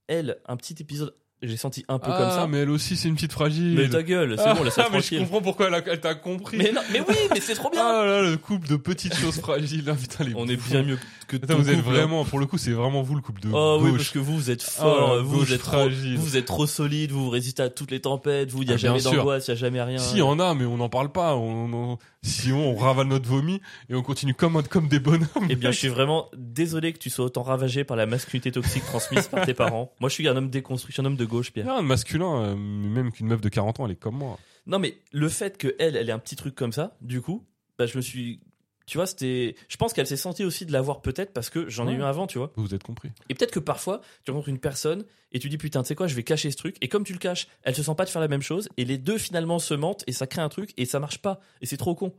Speaker 1: elle un petit épisode j'ai senti un peu comme ça.
Speaker 2: Ah, mais elle aussi, c'est une petite fragile.
Speaker 1: Mais ta gueule, c'est
Speaker 2: Ah,
Speaker 1: bon, laisse-la
Speaker 2: mais je
Speaker 1: tranquille.
Speaker 2: comprends pourquoi elle, a- elle t'a compris.
Speaker 1: Mais, non, mais oui, mais c'est trop Oh, bien.
Speaker 2: Ah là là, le couple de petites choses fragiles. Ah, putain, les
Speaker 1: On est
Speaker 2: bouffons.
Speaker 1: bien mieux que
Speaker 2: Putain,
Speaker 1: ton
Speaker 2: vous êtes
Speaker 1: couple, hein.
Speaker 2: vraiment, pour le coup, c'est vraiment vous le couple de
Speaker 1: Oh oui, parce
Speaker 2: gauche.
Speaker 1: que vous, vous êtes
Speaker 2: Ah,
Speaker 1: fort,
Speaker 2: la
Speaker 1: vous,
Speaker 2: gauche
Speaker 1: vous êtes trop,
Speaker 2: fragile.
Speaker 1: vous, vous êtes trop solide, vous, vous résistez à toutes les tempêtes, vous, il n'y a
Speaker 2: Ah, bien
Speaker 1: jamais
Speaker 2: sûr.
Speaker 1: d'angoisse, il n'y a jamais rien.
Speaker 2: Si, il y en a, mais on n'en parle pas. On, on- si on, on ravale notre vomi et on continue comme, comme des bonhommes.
Speaker 1: Eh bien, je suis vraiment désolé que tu sois autant ravagé par la masculinité toxique transmise par tes parents. Moi, je suis un homme déconstruit, je suis un homme de gauche, Pierre.
Speaker 2: Non, un masculin, euh, même qu'une meuf de 40 ans, elle est comme moi.
Speaker 1: Non, mais le fait que elle, elle ait un petit truc comme ça, du coup, bah, je me suis. Tu vois, c'était. Je pense qu'elle s'est sentie aussi de l'avoir peut-être parce que j'en ai
Speaker 2: Ouais.
Speaker 1: eu un avant, tu vois.
Speaker 2: Vous vous êtes compris.
Speaker 1: Et peut-être que parfois, tu rencontres une personne et tu dis putain, tu sais quoi, je vais cacher ce truc. Et comme tu le caches, elle se sent pas de faire la même chose. Et les deux finalement se mentent et ça crée un truc et ça marche pas. Et c'est trop con.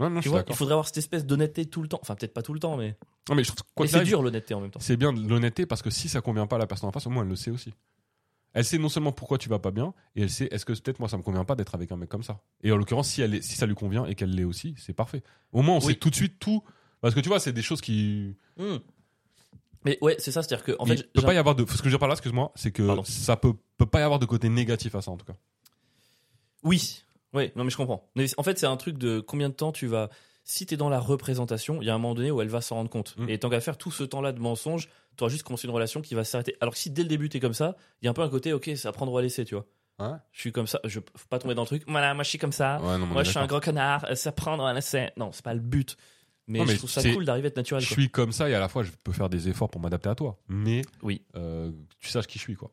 Speaker 2: Non, non, je
Speaker 1: Tu
Speaker 2: suis
Speaker 1: vois,
Speaker 2: d'accord.
Speaker 1: il faudrait avoir cette espèce d'honnêteté tout le temps. Enfin, peut-être pas tout le temps, mais.
Speaker 2: Non, mais je trouve que
Speaker 1: Mais
Speaker 2: quoi qu'il
Speaker 1: c'est
Speaker 2: arrive,
Speaker 1: dur l'honnêteté en même temps.
Speaker 2: c'est bien de l'honnêteté parce que si ça convient pas à la personne en face, au moins elle le sait aussi. Elle sait non seulement pourquoi tu vas pas bien, et elle sait est-ce que peut-être moi ça me convient pas d'être avec un mec comme ça. Et en l'occurrence, si, elle est- si ça lui convient et qu'elle l'est aussi, c'est parfait. Au moins on
Speaker 1: Oui.
Speaker 2: sait tout de suite tout. Parce que tu vois, c'est des choses qui.
Speaker 1: Hmm. Mais ouais, c'est ça, c'est-à-dire que en
Speaker 2: Mais
Speaker 1: fait,
Speaker 2: il peut
Speaker 1: j'ai-
Speaker 2: pas y avoir de. Ce que je veux dire par là, excuse-moi, c'est que
Speaker 1: Pardon.
Speaker 2: ça peut, peut pas y avoir de côté négatif à ça en tout cas.
Speaker 1: Oui, oui, non mais je comprends. Mais en fait, c'est un truc de combien de temps tu vas. Si t'es dans la représentation, il y a un moment donné où elle va s'en rendre compte.
Speaker 2: Mm.
Speaker 1: Et tant qu'à faire tout ce temps-là de mensonges, t'auras juste commencé une relation qui va s'arrêter. Alors que si dès le début t'es comme ça, il y a un peu un côté, ok, c'est à prendre ou à laisser, tu vois.
Speaker 2: Ouais.
Speaker 1: Je suis comme ça, je faut pas tomber dans le truc. Voilà, moi je suis comme ça.
Speaker 2: Ouais, non, mais on
Speaker 1: Ah. moi
Speaker 2: est
Speaker 1: je suis
Speaker 2: d'accord.
Speaker 1: un grand connard. euh, C'est à prendre ou à laisser. Non, c'est pas le but. Mais,
Speaker 2: Non, mais
Speaker 1: je trouve ça
Speaker 2: c'est-
Speaker 1: cool d'arriver à être naturel.
Speaker 2: je
Speaker 1: quoi.
Speaker 2: suis comme ça et à la fois je peux faire des efforts pour m'adapter à toi. Mais
Speaker 1: Oui.
Speaker 2: euh, tu saches qui je suis, quoi.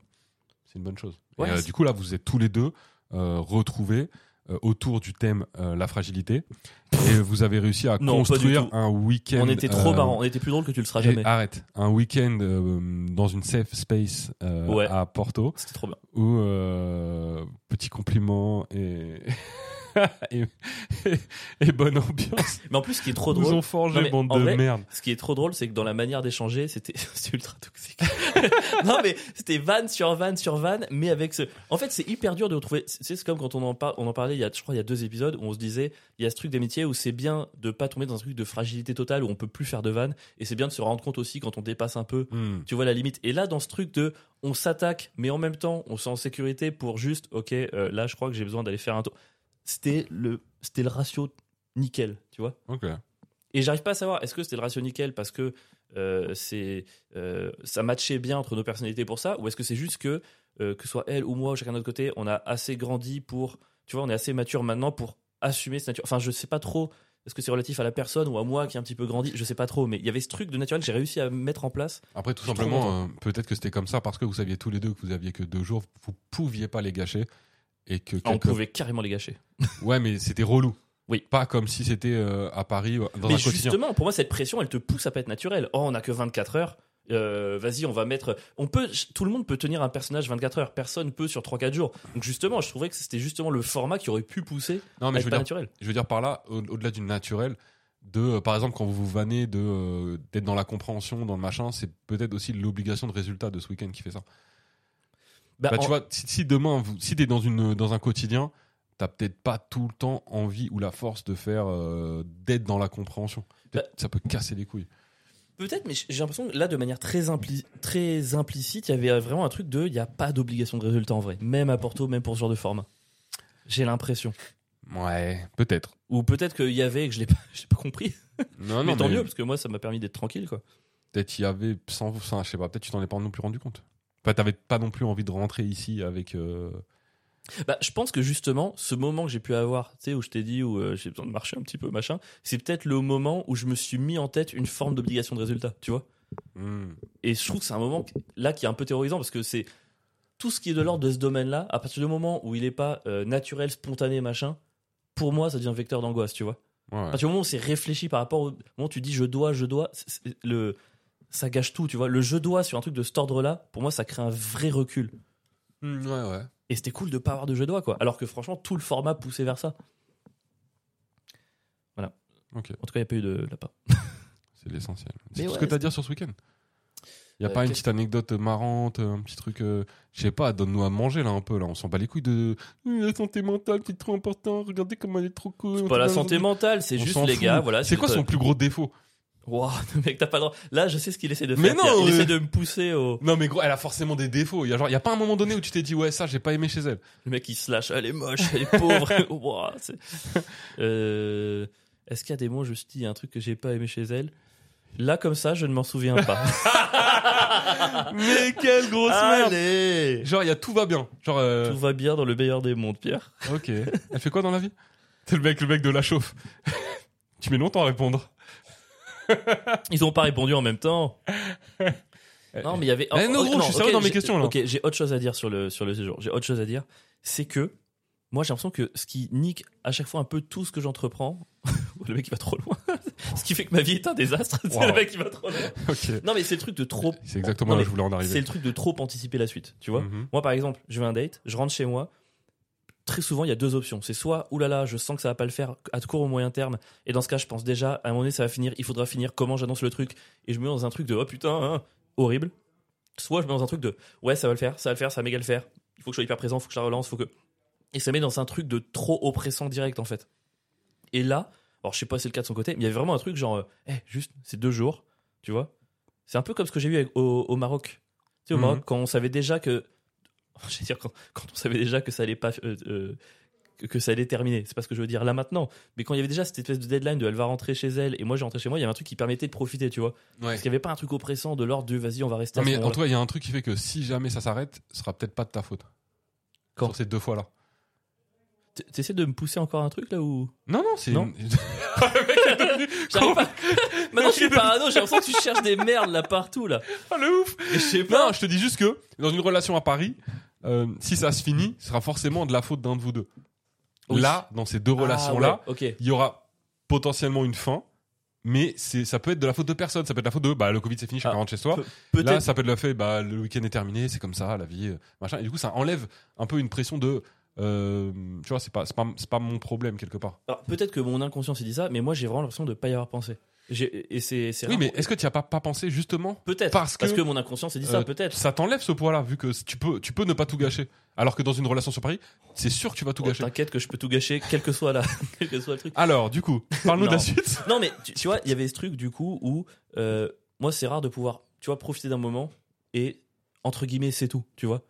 Speaker 2: C'est une bonne chose. Et,
Speaker 1: Ouais,
Speaker 2: euh,
Speaker 1: c'est-
Speaker 2: du coup, là, vous êtes tous les deux euh, retrouvés euh, autour du thème euh, la fragilité et vous avez réussi
Speaker 1: Non,
Speaker 2: à
Speaker 1: pas du
Speaker 2: construire
Speaker 1: tout.
Speaker 2: un week-end.
Speaker 1: On était trop
Speaker 2: euh,
Speaker 1: marrant. On était plus drôle que tu le seras
Speaker 2: et-
Speaker 1: jamais.
Speaker 2: Arrête, un week-end euh, dans une safe space euh,
Speaker 1: Ouais.
Speaker 2: à Porto
Speaker 1: C'était trop bien.
Speaker 2: où euh, petits compliments et, et, et- et bonne ambiance
Speaker 1: Mais en plus, ce qui est trop
Speaker 2: nous
Speaker 1: drôle,
Speaker 2: ont forgé
Speaker 1: Non, mais
Speaker 2: bande
Speaker 1: en
Speaker 2: de
Speaker 1: vrai,
Speaker 2: merde.
Speaker 1: Ce qui est trop drôle, c'est que dans la manière d'échanger, c'était c'est ultra toxique. non, mais c'était van sur van sur van, mais avec ce. En fait, c'est hyper dur de retrouver. C'est c'est comme quand on en, par- on en parlait, il y a, je crois, il y a deux épisodes où on se disait, il y a ce truc d'amitié où c'est bien de pas tomber dans un truc de fragilité totale où on peut plus faire de van, et c'est bien de se rendre compte aussi quand on dépasse un peu.
Speaker 2: Hmm.
Speaker 1: Tu vois la limite. Et là, dans ce truc de, on s'attaque, mais en même temps, on se sent en sécurité pour juste, ok, euh, là, je crois que j'ai besoin d'aller faire un tour. C'était le, c'était le ratio nickel, tu vois.
Speaker 2: Ok.
Speaker 1: Et j'arrive pas à savoir, est-ce que c'était le ratio nickel parce que euh, c'est euh, ça matchait bien entre nos personnalités pour ça, ou est-ce que c'est juste que, euh, que ce soit elle ou moi, ou chacun de notre côté, on a assez grandi pour, tu vois, on est assez mature maintenant pour assumer cette nature. Enfin, je sais pas trop, est-ce que c'est relatif à la personne ou à moi qui est un petit peu grandi, je sais pas trop, mais il y avait ce truc de naturel que j'ai réussi à mettre en place.
Speaker 2: Après, tout
Speaker 1: Je suis trop
Speaker 2: simplement, euh, peut-être que c'était comme ça parce que vous saviez tous les deux que vous aviez que deux jours, vous pouviez pas les gâcher et que
Speaker 1: Ah, on
Speaker 2: quelque-
Speaker 1: pouvait carrément les gâcher.
Speaker 2: ouais, mais c'était relou.
Speaker 1: Oui.
Speaker 2: Pas comme si c'était euh, à Paris euh, dans
Speaker 1: mais
Speaker 2: un quotidien.
Speaker 1: justement, pour moi, cette pression, elle te pousse à pas être naturel. Oh, on a que 24 heures. Euh, Vas-y, on va mettre. On peut. Tout le monde peut tenir un personnage 24 heures. Personne peut sur 3-4 jours. Donc justement, je trouvais que c'était justement le format qui aurait pu pousser
Speaker 2: Non,
Speaker 1: à
Speaker 2: mais
Speaker 1: être
Speaker 2: je veux,
Speaker 1: pas
Speaker 2: dire,
Speaker 1: naturel.
Speaker 2: je veux dire par là, au- au-delà du naturel, de euh, par exemple quand vous vous vannez de euh, d'être dans la compréhension, dans le machin, c'est peut-être aussi l'obligation de résultat de ce week-end qui fait ça.
Speaker 1: Bah,
Speaker 2: Bah,
Speaker 1: en-
Speaker 2: tu vois, si, si demain, vous, si t'es dans une dans un quotidien, t'as peut-être pas tout le temps envie ou la force de faire euh, d'être dans la compréhension.
Speaker 1: Bah-
Speaker 2: Peut-être ça peut casser les couilles.
Speaker 1: Peut-être, mais j'ai l'impression que là, de manière très, impli- très implicite, il y avait euh, vraiment un truc de. Il n'y a pas d'obligation de résultat en vrai. Même à Porto, même pour ce genre de format. J'ai l'impression.
Speaker 2: Ouais, peut-être.
Speaker 1: Ou peut-être qu'il y avait et que je l'ai pas, je l'ai pas compris.
Speaker 2: Non,
Speaker 1: mais
Speaker 2: non,
Speaker 1: tant
Speaker 2: mais
Speaker 1: mieux, parce que moi, ça m'a permis d'être tranquille, quoi.
Speaker 2: peut-être il y avait sans vous, ça, je sais pas, peut-être tu t'en es pas non plus rendu compte. Enfin, t'avais pas non plus envie de rentrer ici avec. euh,
Speaker 1: Bah, je pense que justement, ce moment que j'ai pu avoir, tu sais, où je t'ai dit où euh, j'ai besoin de marcher un petit peu, machin, c'est peut-être le moment où je me suis mis en tête une forme d'obligation de résultat, tu vois.
Speaker 2: hmm.
Speaker 1: Et je trouve que c'est un moment qui- là qui est un peu terrorisant parce que c'est tout ce qui est de l'ordre de ce domaine-là, à partir du moment où il n'est pas euh, naturel, spontané, machin, pour moi, ça devient vecteur d'angoisse, tu vois.
Speaker 2: Ouais, ouais.
Speaker 1: À partir du moment où c'est réfléchi par rapport au moment où tu dis je dois, je dois, c'est- c'est- le, ça gâche tout, tu vois. Le je dois sur un truc de cet ordre-là, pour moi, ça crée un vrai recul.
Speaker 2: Hmm, ouais, ouais.
Speaker 1: Et c'était cool de pas avoir de jeu de doigts, quoi. Alors que franchement, tout le format poussait vers ça. Voilà.
Speaker 2: Ok.
Speaker 1: En tout cas, il n'y a pas eu de lapin.
Speaker 2: C'est l'essentiel. C'est
Speaker 1: Mais
Speaker 2: tout ce
Speaker 1: ouais,
Speaker 2: que t'as à dire sur ce week-end. Y a
Speaker 1: Euh,
Speaker 2: pas une
Speaker 1: qu'est-ce-
Speaker 2: petite anecdote marrante, un petit truc, euh, je sais pas, donne-nous à manger là un peu là. On s'en bat les couilles de Hum, la santé mentale, c'est trop important. Regardez comme elle est trop cool.
Speaker 1: C'est pas la santé mentale, c'est
Speaker 2: On
Speaker 1: juste
Speaker 2: s'en
Speaker 1: les
Speaker 2: fout.
Speaker 1: gars, voilà.
Speaker 2: C'est quoi
Speaker 1: le-
Speaker 2: son plus gros défaut
Speaker 1: Waouh, mec, t'as pas le droit. Là, je sais ce qu'il essaie de faire.
Speaker 2: Mais non,
Speaker 1: il
Speaker 2: euh.
Speaker 1: essaie de me pousser au.
Speaker 2: Non, mais gros, elle a forcément des défauts. Il y a genre, il y a pas un moment donné où tu t'es dit, ouais, ça, j'ai pas aimé chez elle.
Speaker 1: Le mec, il se lâche. Elle est moche, elle est pauvre. Waouh, c'est- Euh, Est-ce qu'il y a des mots, je me suis dit, il y a un truc que j'ai pas aimé chez elle Là, comme ça, je ne m'en souviens pas.
Speaker 2: mais quelle grosse merde.
Speaker 1: Allez
Speaker 2: Genre, il y a tout va bien. Genre, euh,
Speaker 1: Ah, Tout va bien dans le meilleur des mondes, Pierre.
Speaker 2: ok. Elle fait quoi dans la vie? C'est le mec, le mec de la chauffe. tu mets longtemps à répondre.
Speaker 1: Ils ont pas répondu en même temps. Non, mais il y avait.
Speaker 2: Eh non, gros, je suis sérieux
Speaker 1: ok,
Speaker 2: dans mes
Speaker 1: j'ai-
Speaker 2: questions, là.
Speaker 1: Ok, j'ai autre chose à dire sur le sur le séjour. J'ai autre chose à dire, c'est que moi j'ai l'impression que ce qui nique à chaque fois un peu tout ce que j'entreprends, le mec il va trop loin. ce qui fait que ma vie est un désastre. c'est
Speaker 2: Wow.
Speaker 1: le mec qui va trop loin.
Speaker 2: Ok.
Speaker 1: Non, mais c'est le truc de trop.
Speaker 2: C'est exactement
Speaker 1: Non,
Speaker 2: là
Speaker 1: mais
Speaker 2: où je voulais en
Speaker 1: C'est
Speaker 2: arriver.
Speaker 1: le truc de trop anticiper la suite. Tu vois.
Speaker 2: Mhm.
Speaker 1: Moi, par exemple, je vais à un date, je rentre chez moi. Très souvent, il y a deux options. C'est soit, oulala, je sens que ça va pas le faire à court ou moyen terme. Et dans ce cas, je pense déjà, à un moment donné, ça va finir. Il faudra finir. Comment j'annonce le truc Et je me mets dans un truc de, oh putain, hein, horrible. Soit je me mets dans un truc de, ouais, ça va le faire, ça va le faire, ça va méga le faire. Il faut que je sois hyper présent, il faut que je la relance, faut que. Et ça met dans un truc de trop oppressant direct, en fait. Et là, alors je sais pas si c'est le cas de son côté, mais il y avait vraiment un truc genre, euh, eh, juste, c'est deux jours, tu vois. C'est un peu comme ce que j'ai eu avec- au, au Maroc. Tu sais, au
Speaker 2: Mhm.
Speaker 1: Maroc, quand on savait déjà que je veux dire quand, quand on savait déjà que ça allait pas euh, euh, que, que ça allait terminer c'est pas ce que je veux dire là maintenant mais quand il y avait déjà cette espèce de deadline de elle va rentrer chez elle et moi j'ai rentré chez moi il y avait un truc qui permettait de profiter tu vois
Speaker 2: Ouais.
Speaker 1: parce qu'il y avait pas un truc oppressant de l'ordre du vas-y on va rester
Speaker 2: Non,
Speaker 1: à ce
Speaker 2: mais en
Speaker 1: moment-là.
Speaker 2: tout cas, il y a un truc qui fait que si jamais ça s'arrête, ce sera peut-être pas de ta faute.
Speaker 1: Quand
Speaker 2: Sur ces deux fois-là.
Speaker 1: T- t'essaies de me pousser encore un truc là ou
Speaker 2: Non, non, c'est.
Speaker 1: Non.
Speaker 2: une-
Speaker 1: J'arrive pas maintenant je suis parano j'ai l'impression que tu cherches des merdes là partout là
Speaker 2: Ah, le ouf
Speaker 1: et je sais
Speaker 2: Non,
Speaker 1: pas
Speaker 2: je te dis juste que dans une relation à Paris, euh, si ça se finit, ce sera forcément de la faute d'un de vous deux.
Speaker 1: Oui.
Speaker 2: Là, dans ces deux
Speaker 1: Ah,
Speaker 2: relations-là,
Speaker 1: ouais, ok
Speaker 2: il y aura potentiellement une fin, mais c'est ça peut être de la faute de personne. Ça peut être la faute de bah, le Covid, c'est fini,
Speaker 1: Ah,
Speaker 2: chacun rentre chez soi.
Speaker 1: peut-
Speaker 2: Là,
Speaker 1: peut-être
Speaker 2: ça peut être le fait bah, le week-end est terminé, c'est comme ça, la vie, euh, machin. Et du coup, ça enlève un peu une pression de. euh, tu vois, c'est pas, c'est pas, c'est pas mon problème quelque part.
Speaker 1: alors, peut-être que mon inconscient s'est dit ça mais moi j'ai vraiment l'impression de pas y avoir pensé J'ai- et c'est c'est
Speaker 2: Oui,
Speaker 1: rare.
Speaker 2: mais est-ce que tu n'y as pas, pas pensé justement
Speaker 1: peut-être
Speaker 2: parce que-
Speaker 1: parce que mon inconscient s'est dit ça
Speaker 2: Euh,
Speaker 1: peut-être
Speaker 2: Ça t'enlève ce poids-là, vu que tu peux, tu peux ne pas tout gâcher. Alors que dans une relation sur Paris, c'est sûr que tu vas tout
Speaker 1: Oh,
Speaker 2: gâcher.
Speaker 1: T'inquiète que je peux tout gâcher, quel que soit la, quel que soit le truc.
Speaker 2: Alors, du coup, parle-nous de
Speaker 1: Non.
Speaker 2: la suite.
Speaker 1: Non mais tu, tu vois, il y avait ce truc du coup où euh, moi c'est rare de pouvoir, tu vois, profiter d'un moment et entre guillemets c'est tout, tu vois.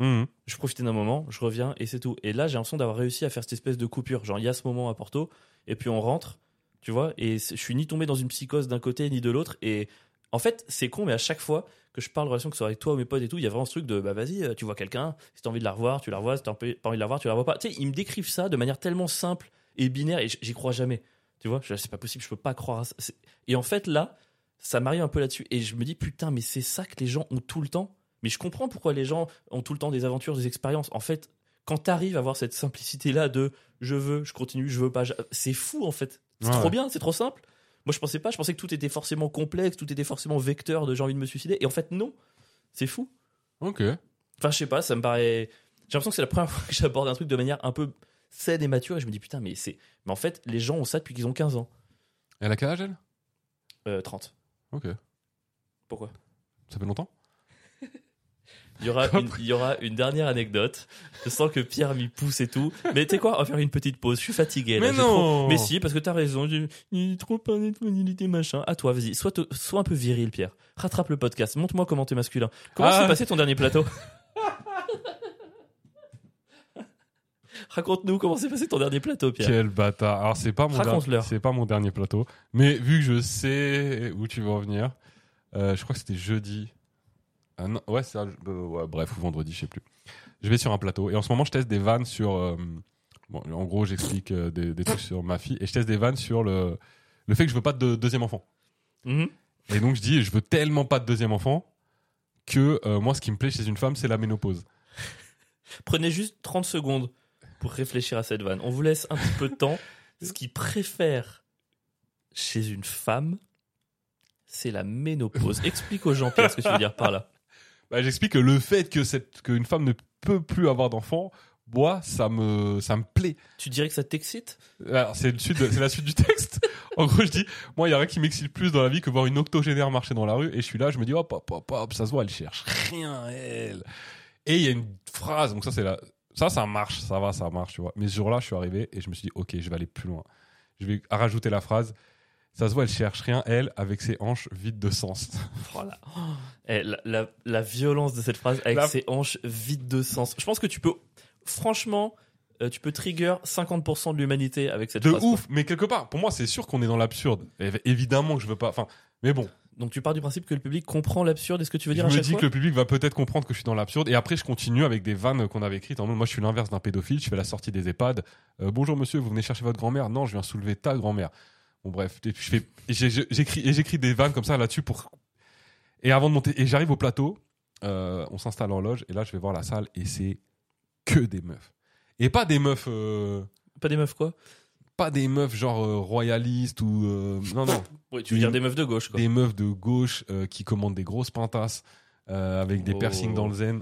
Speaker 1: Je profitais d'un moment, je reviens et c'est tout. Et là j'ai l'impression d'avoir réussi à faire cette espèce de coupure. Genre il y a ce moment à Porto et puis on rentre, tu vois. Et c'est- je suis ni tombé dans une psychose d'un côté ni de l'autre. Et en fait c'est con mais à chaque fois que je parle de relation que ce soit avec toi ou mes potes et tout, il y a vraiment ce truc de bah vas-y, euh, tu vois quelqu'un, si t'as envie de la revoir, tu la revois, si t'as pas envie de la revoir, tu la revois pas. Tu sais, ils me décrivent ça de manière tellement simple et binaire et j- j'y crois jamais. Tu vois, je- c'est pas possible, je peux pas croire à ça. C'est- Et en fait, là, ça m'arrive un peu là-dessus. Et je me dis, putain, mais c'est ça que les gens ont tout le temps. Mais je comprends pourquoi les gens ont tout le temps des aventures, des expériences. En fait, quand t'arrives à avoir cette simplicité-là de je veux, je continue, je veux pas, je- c'est fou en fait. C'est
Speaker 2: Ouais,
Speaker 1: trop
Speaker 2: ouais.
Speaker 1: bien, c'est trop simple. Moi, je pensais pas, je pensais que tout était forcément complexe, tout était forcément vecteur de j'ai envie de me suicider. Et en fait, non. C'est fou.
Speaker 2: Ok.
Speaker 1: Enfin, je sais pas, ça me paraît. J'ai l'impression que c'est la première fois que j'aborde un truc de manière un peu saine et mature. Et je me dis, putain, mais c'est. Mais en fait, les gens ont ça depuis qu'ils ont 15 ans.
Speaker 2: Elle a quel âge, elle
Speaker 1: Euh, 30.
Speaker 2: Ok.
Speaker 1: Pourquoi
Speaker 2: Ça fait longtemps
Speaker 1: il y, aura une, il y aura une dernière anecdote. Je sens que Pierre m'y pousse et tout. Mais tu sais quoi On va faire une petite pause. Je suis fatigué. là,
Speaker 2: Mais
Speaker 1: j'ai
Speaker 2: non
Speaker 1: trop- Mais si, parce que t'as raison. j'ai- Il est trop pas il était machin. À toi, vas-y. Sois, te- sois un peu viril, Pierre. Rattrape le podcast. Montre-moi comment t'es masculin. Comment
Speaker 2: Ah.
Speaker 1: s'est passé ton dernier plateau Raconte-nous comment s'est passé ton dernier plateau, Pierre.
Speaker 2: Quel bâtard. Alors, c'est pas, mon
Speaker 1: Raconte-leur.
Speaker 2: der- c'est pas mon dernier plateau. Mais vu que je sais où tu veux en venir, euh, je crois que c'était jeudi. Ah non, ouais, c'est ça, je- euh, ouais, bref, ou vendredi, je sais plus. Je vais sur un plateau. Et en ce moment, je teste des vannes sur. euh, bon, en gros, j'explique euh, des, des trucs sur ma fille. Et je teste des vannes sur le, le fait que je veux pas de deuxième enfant.
Speaker 1: Mhm.
Speaker 2: Et donc je dis, je veux tellement pas de deuxième enfant que euh, moi, ce qui me plaît chez une femme, c'est la ménopause.
Speaker 1: Prenez juste 30 secondes pour réfléchir à cette vanne. On vous laisse un petit peu de temps. Ce qui préfère chez une femme, c'est la ménopause. Explique aux gens, Pierre, ce que tu veux dire par là.
Speaker 2: Bah, J'explique que le fait que cette, qu'une femme ne peut plus avoir d'enfant, moi, ça me, ça me plaît.
Speaker 1: Tu dirais que ça t'excite
Speaker 2: Alors, c'est, le suite de- c'est la suite du texte. En gros, je dis, moi, il y a rien qui m'excite plus dans la vie que voir une octogénaire marcher dans la rue. Et je suis là, je me dis, hop, hop, hop, hop, ça se voit, elle cherche rien, elle. Et il y a une phrase, donc ça, c'est la, ça, ça marche, ça va, ça marche, tu vois. Mais ce jour-là, je suis arrivé et je me suis dit, ok, je vais aller plus loin. Je vais rajouter la phrase, Ça se voit, elle cherche rien, elle, avec ses hanches vides de sens.
Speaker 1: Voilà. Oh Eh, la, la- la violence de cette phrase avec
Speaker 2: La-
Speaker 1: ses hanches vides de sens. Je pense que tu peux, franchement, euh, tu peux trigger 50% de l'humanité avec cette
Speaker 2: De
Speaker 1: phrase.
Speaker 2: ouf, mais quelque part, pour moi, c'est sûr qu'on est dans l'absurde. Et Évidemment que je veux pas. Enfin, mais bon,
Speaker 1: Donc tu pars du principe que le public comprend l'absurde et ce que tu veux
Speaker 2: je
Speaker 1: dire à
Speaker 2: me
Speaker 1: chaque
Speaker 2: dis
Speaker 1: fois.
Speaker 2: que le public va peut-être comprendre que je suis dans l'absurde. Et après, je continue avec des vannes qu'on avait écrites. En mode, moi, je suis l'inverse d'un pédophile. Je fais la sortie des EHPAD. Euh, bonjour, monsieur, vous venez chercher votre grand-mère Non, je viens soulever ta grand-mère. Bon, bref. Et puis, je fais, et j'ai- je- j'écris, et j'écris des vannes comme ça là-dessus pour. Et avant de monter, et j'arrive au plateau. euh, on s'installe en loge. Et là, je vais voir la salle. Et c'est que des meufs. Et pas des meufs. euh,
Speaker 1: Pas des meufs quoi
Speaker 2: pas des meufs genre euh, royalistes ou. euh, non, non.
Speaker 1: Oui, tu veux dire des meufs de gauche quoi.
Speaker 2: des meufs de gauche euh, qui commandent des grosses pintasses euh, avec des
Speaker 1: Oh.
Speaker 2: piercings dans le zen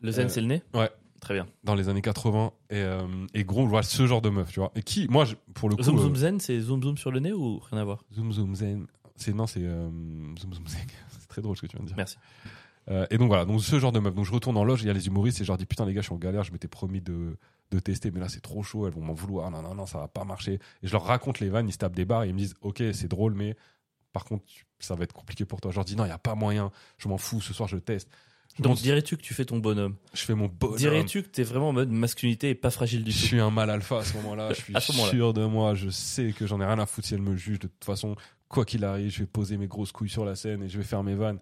Speaker 1: Le zen
Speaker 2: Euh,
Speaker 1: c'est le nez
Speaker 2: ouais.
Speaker 1: Très bien.
Speaker 2: dans les années 80 et, euh, et gros voilà ce genre de meufs tu vois et qui moi je- pour le coup
Speaker 1: Zoom
Speaker 2: euh,
Speaker 1: zoom zen c'est zoom zoom sur le nez ou rien à voir
Speaker 2: zoom zoom zen c'est non c'est euh, zoom zoom zen c'est très drôle ce que tu viens de dire
Speaker 1: Merci.
Speaker 2: Euh, et donc voilà donc ce genre de meufs donc je retourne en loge il y a les humoristes et je leur dis putain les gars je suis en galère je m'étais promis de de tester mais là c'est trop chaud elles vont m'en vouloir non non non ça va pas marcher et je leur raconte les vannes ils se tapent des barres et ils me disent ok c'est drôle mais par contre tu- ça va être compliqué pour toi je leur dis non il y a pas moyen je m'en fous ce soir je teste Je
Speaker 1: Donc
Speaker 2: monte-
Speaker 1: dirais-tu que tu fais ton bonhomme
Speaker 2: Je fais mon bonhomme.
Speaker 1: Dirais-tu que t'es vraiment en mode masculinité et pas fragile
Speaker 2: Je
Speaker 1: du tout
Speaker 2: suis un mal alpha à ce moment-là. Je suis
Speaker 1: À ce moment-là.
Speaker 2: sûr de moi. Je sais que j'en ai rien à foutre si elle me juge. De toute façon, quoi qu'il arrive, je vais poser mes grosses couilles sur la scène et je vais faire mes vannes.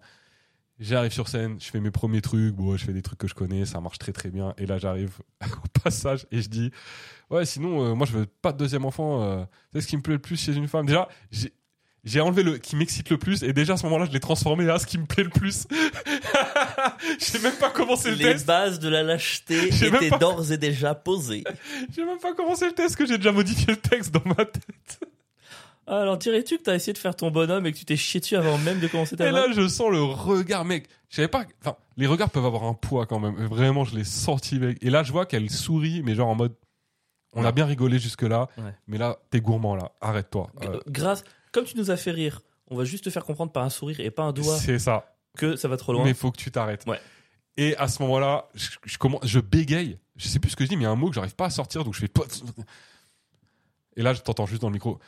Speaker 2: J'arrive sur scène, je fais mes premiers trucs. Bon, je fais des trucs que je connais, ça marche très très bien. Et là, j'arrive au passage et je dis Ouais, sinon, euh, moi, je veux pas de deuxième enfant. euh, tu sais ce qui me plaît le plus chez une femme Déjà, j'ai. J'ai enlevé le qui m'excite le plus et déjà à ce moment-là je l'ai transformé à ce qui me plaît le plus. je sais même pas comment c'est le
Speaker 3: Les
Speaker 2: test.
Speaker 3: bases de la lâcheté
Speaker 2: J'ai même
Speaker 3: étaient
Speaker 2: pas-
Speaker 3: d'ores et déjà posées.
Speaker 2: J'ai même pas commencé le test que j'ai déjà modifié le texte dans ma tête.
Speaker 1: Ah, Alors dirais-tu que t'as essayé de faire ton bonhomme et que tu t'es chié dessus avant même de commencer ta
Speaker 2: Et là,
Speaker 1: vanne
Speaker 2: je sens le regard, mec. Je savais pas. Enfin, les regards peuvent avoir un poids quand même. Vraiment, je l'ai senti, mec. Et là, je vois qu'elle sourit, mais genre en mode. On a bien rigolé jusque-là,
Speaker 1: Ouais.
Speaker 2: mais là, t'es gourmand, là. Arrête-toi. Euh,
Speaker 1: G- Grâce, comme tu nous as fait rire, on va juste te faire comprendre par un sourire et pas un doigt
Speaker 2: c'est ça.
Speaker 1: que ça va trop loin.
Speaker 2: Mais faut que tu t'arrêtes.
Speaker 1: Ouais.
Speaker 2: Et à ce moment-là, je, je commence, je bégaye. Je sais plus ce que je dis, mais il y a un mot que j'arrive pas à sortir, donc je fais. pas- Et là, je t'entends juste dans le micro.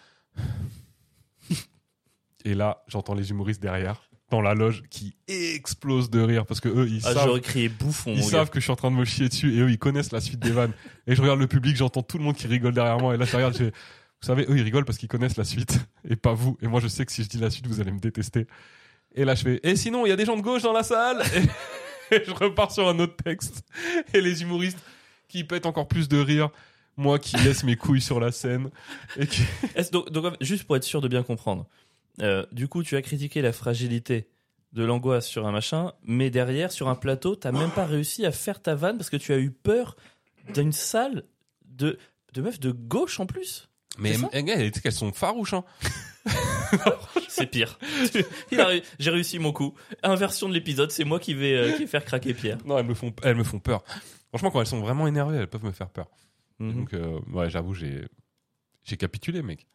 Speaker 2: Et là, j'entends les humoristes derrière, dans la loge, qui explosent de rire parce que eux, ils
Speaker 1: Ah,
Speaker 2: savent.
Speaker 1: j'aurais crié bouffon.
Speaker 2: Ils
Speaker 1: mon
Speaker 2: savent que je suis en train de me chier dessus et eux ils connaissent la suite des vannes. Et je regarde le public, j'entends tout le monde qui rigole derrière moi et là je regarde, je fais, vous savez, eux ils rigolent parce qu'ils connaissent la suite et pas vous. Et moi je sais que si je dis la suite vous allez me détester. Et là je fais, et sinon il y a des gens de gauche dans la salle et, et je repars sur un autre texte. Et les humoristes qui pètent encore plus de rire, moi qui laisse mes couilles sur la scène et qui.
Speaker 1: gars. Est-ce- donc, donc, juste pour être sûr de bien comprendre, euh, du coup, tu as critiqué la fragilité de l'angoisse sur un machin, mais derrière, sur un plateau, t'as même pas réussi à faire ta vanne parce que tu as eu peur d'une salle de, de meufs de gauche en plus.
Speaker 2: Mais
Speaker 1: C'est ça
Speaker 2: eh, gars, tu sais qu'elles sont farouches hein.
Speaker 1: C'est pire. Il a ré- J'ai réussi mon coup. Inversion de l'épisode, c'est moi qui vais, euh, qui vais faire craquer Pierre.
Speaker 2: Non, elles me font, elles me font peur. Franchement, quand elles sont vraiment énervées, elles peuvent me faire peur.
Speaker 1: Mhm.
Speaker 2: Donc, euh, ouais, j'avoue, j'ai j'ai capitulé, mec.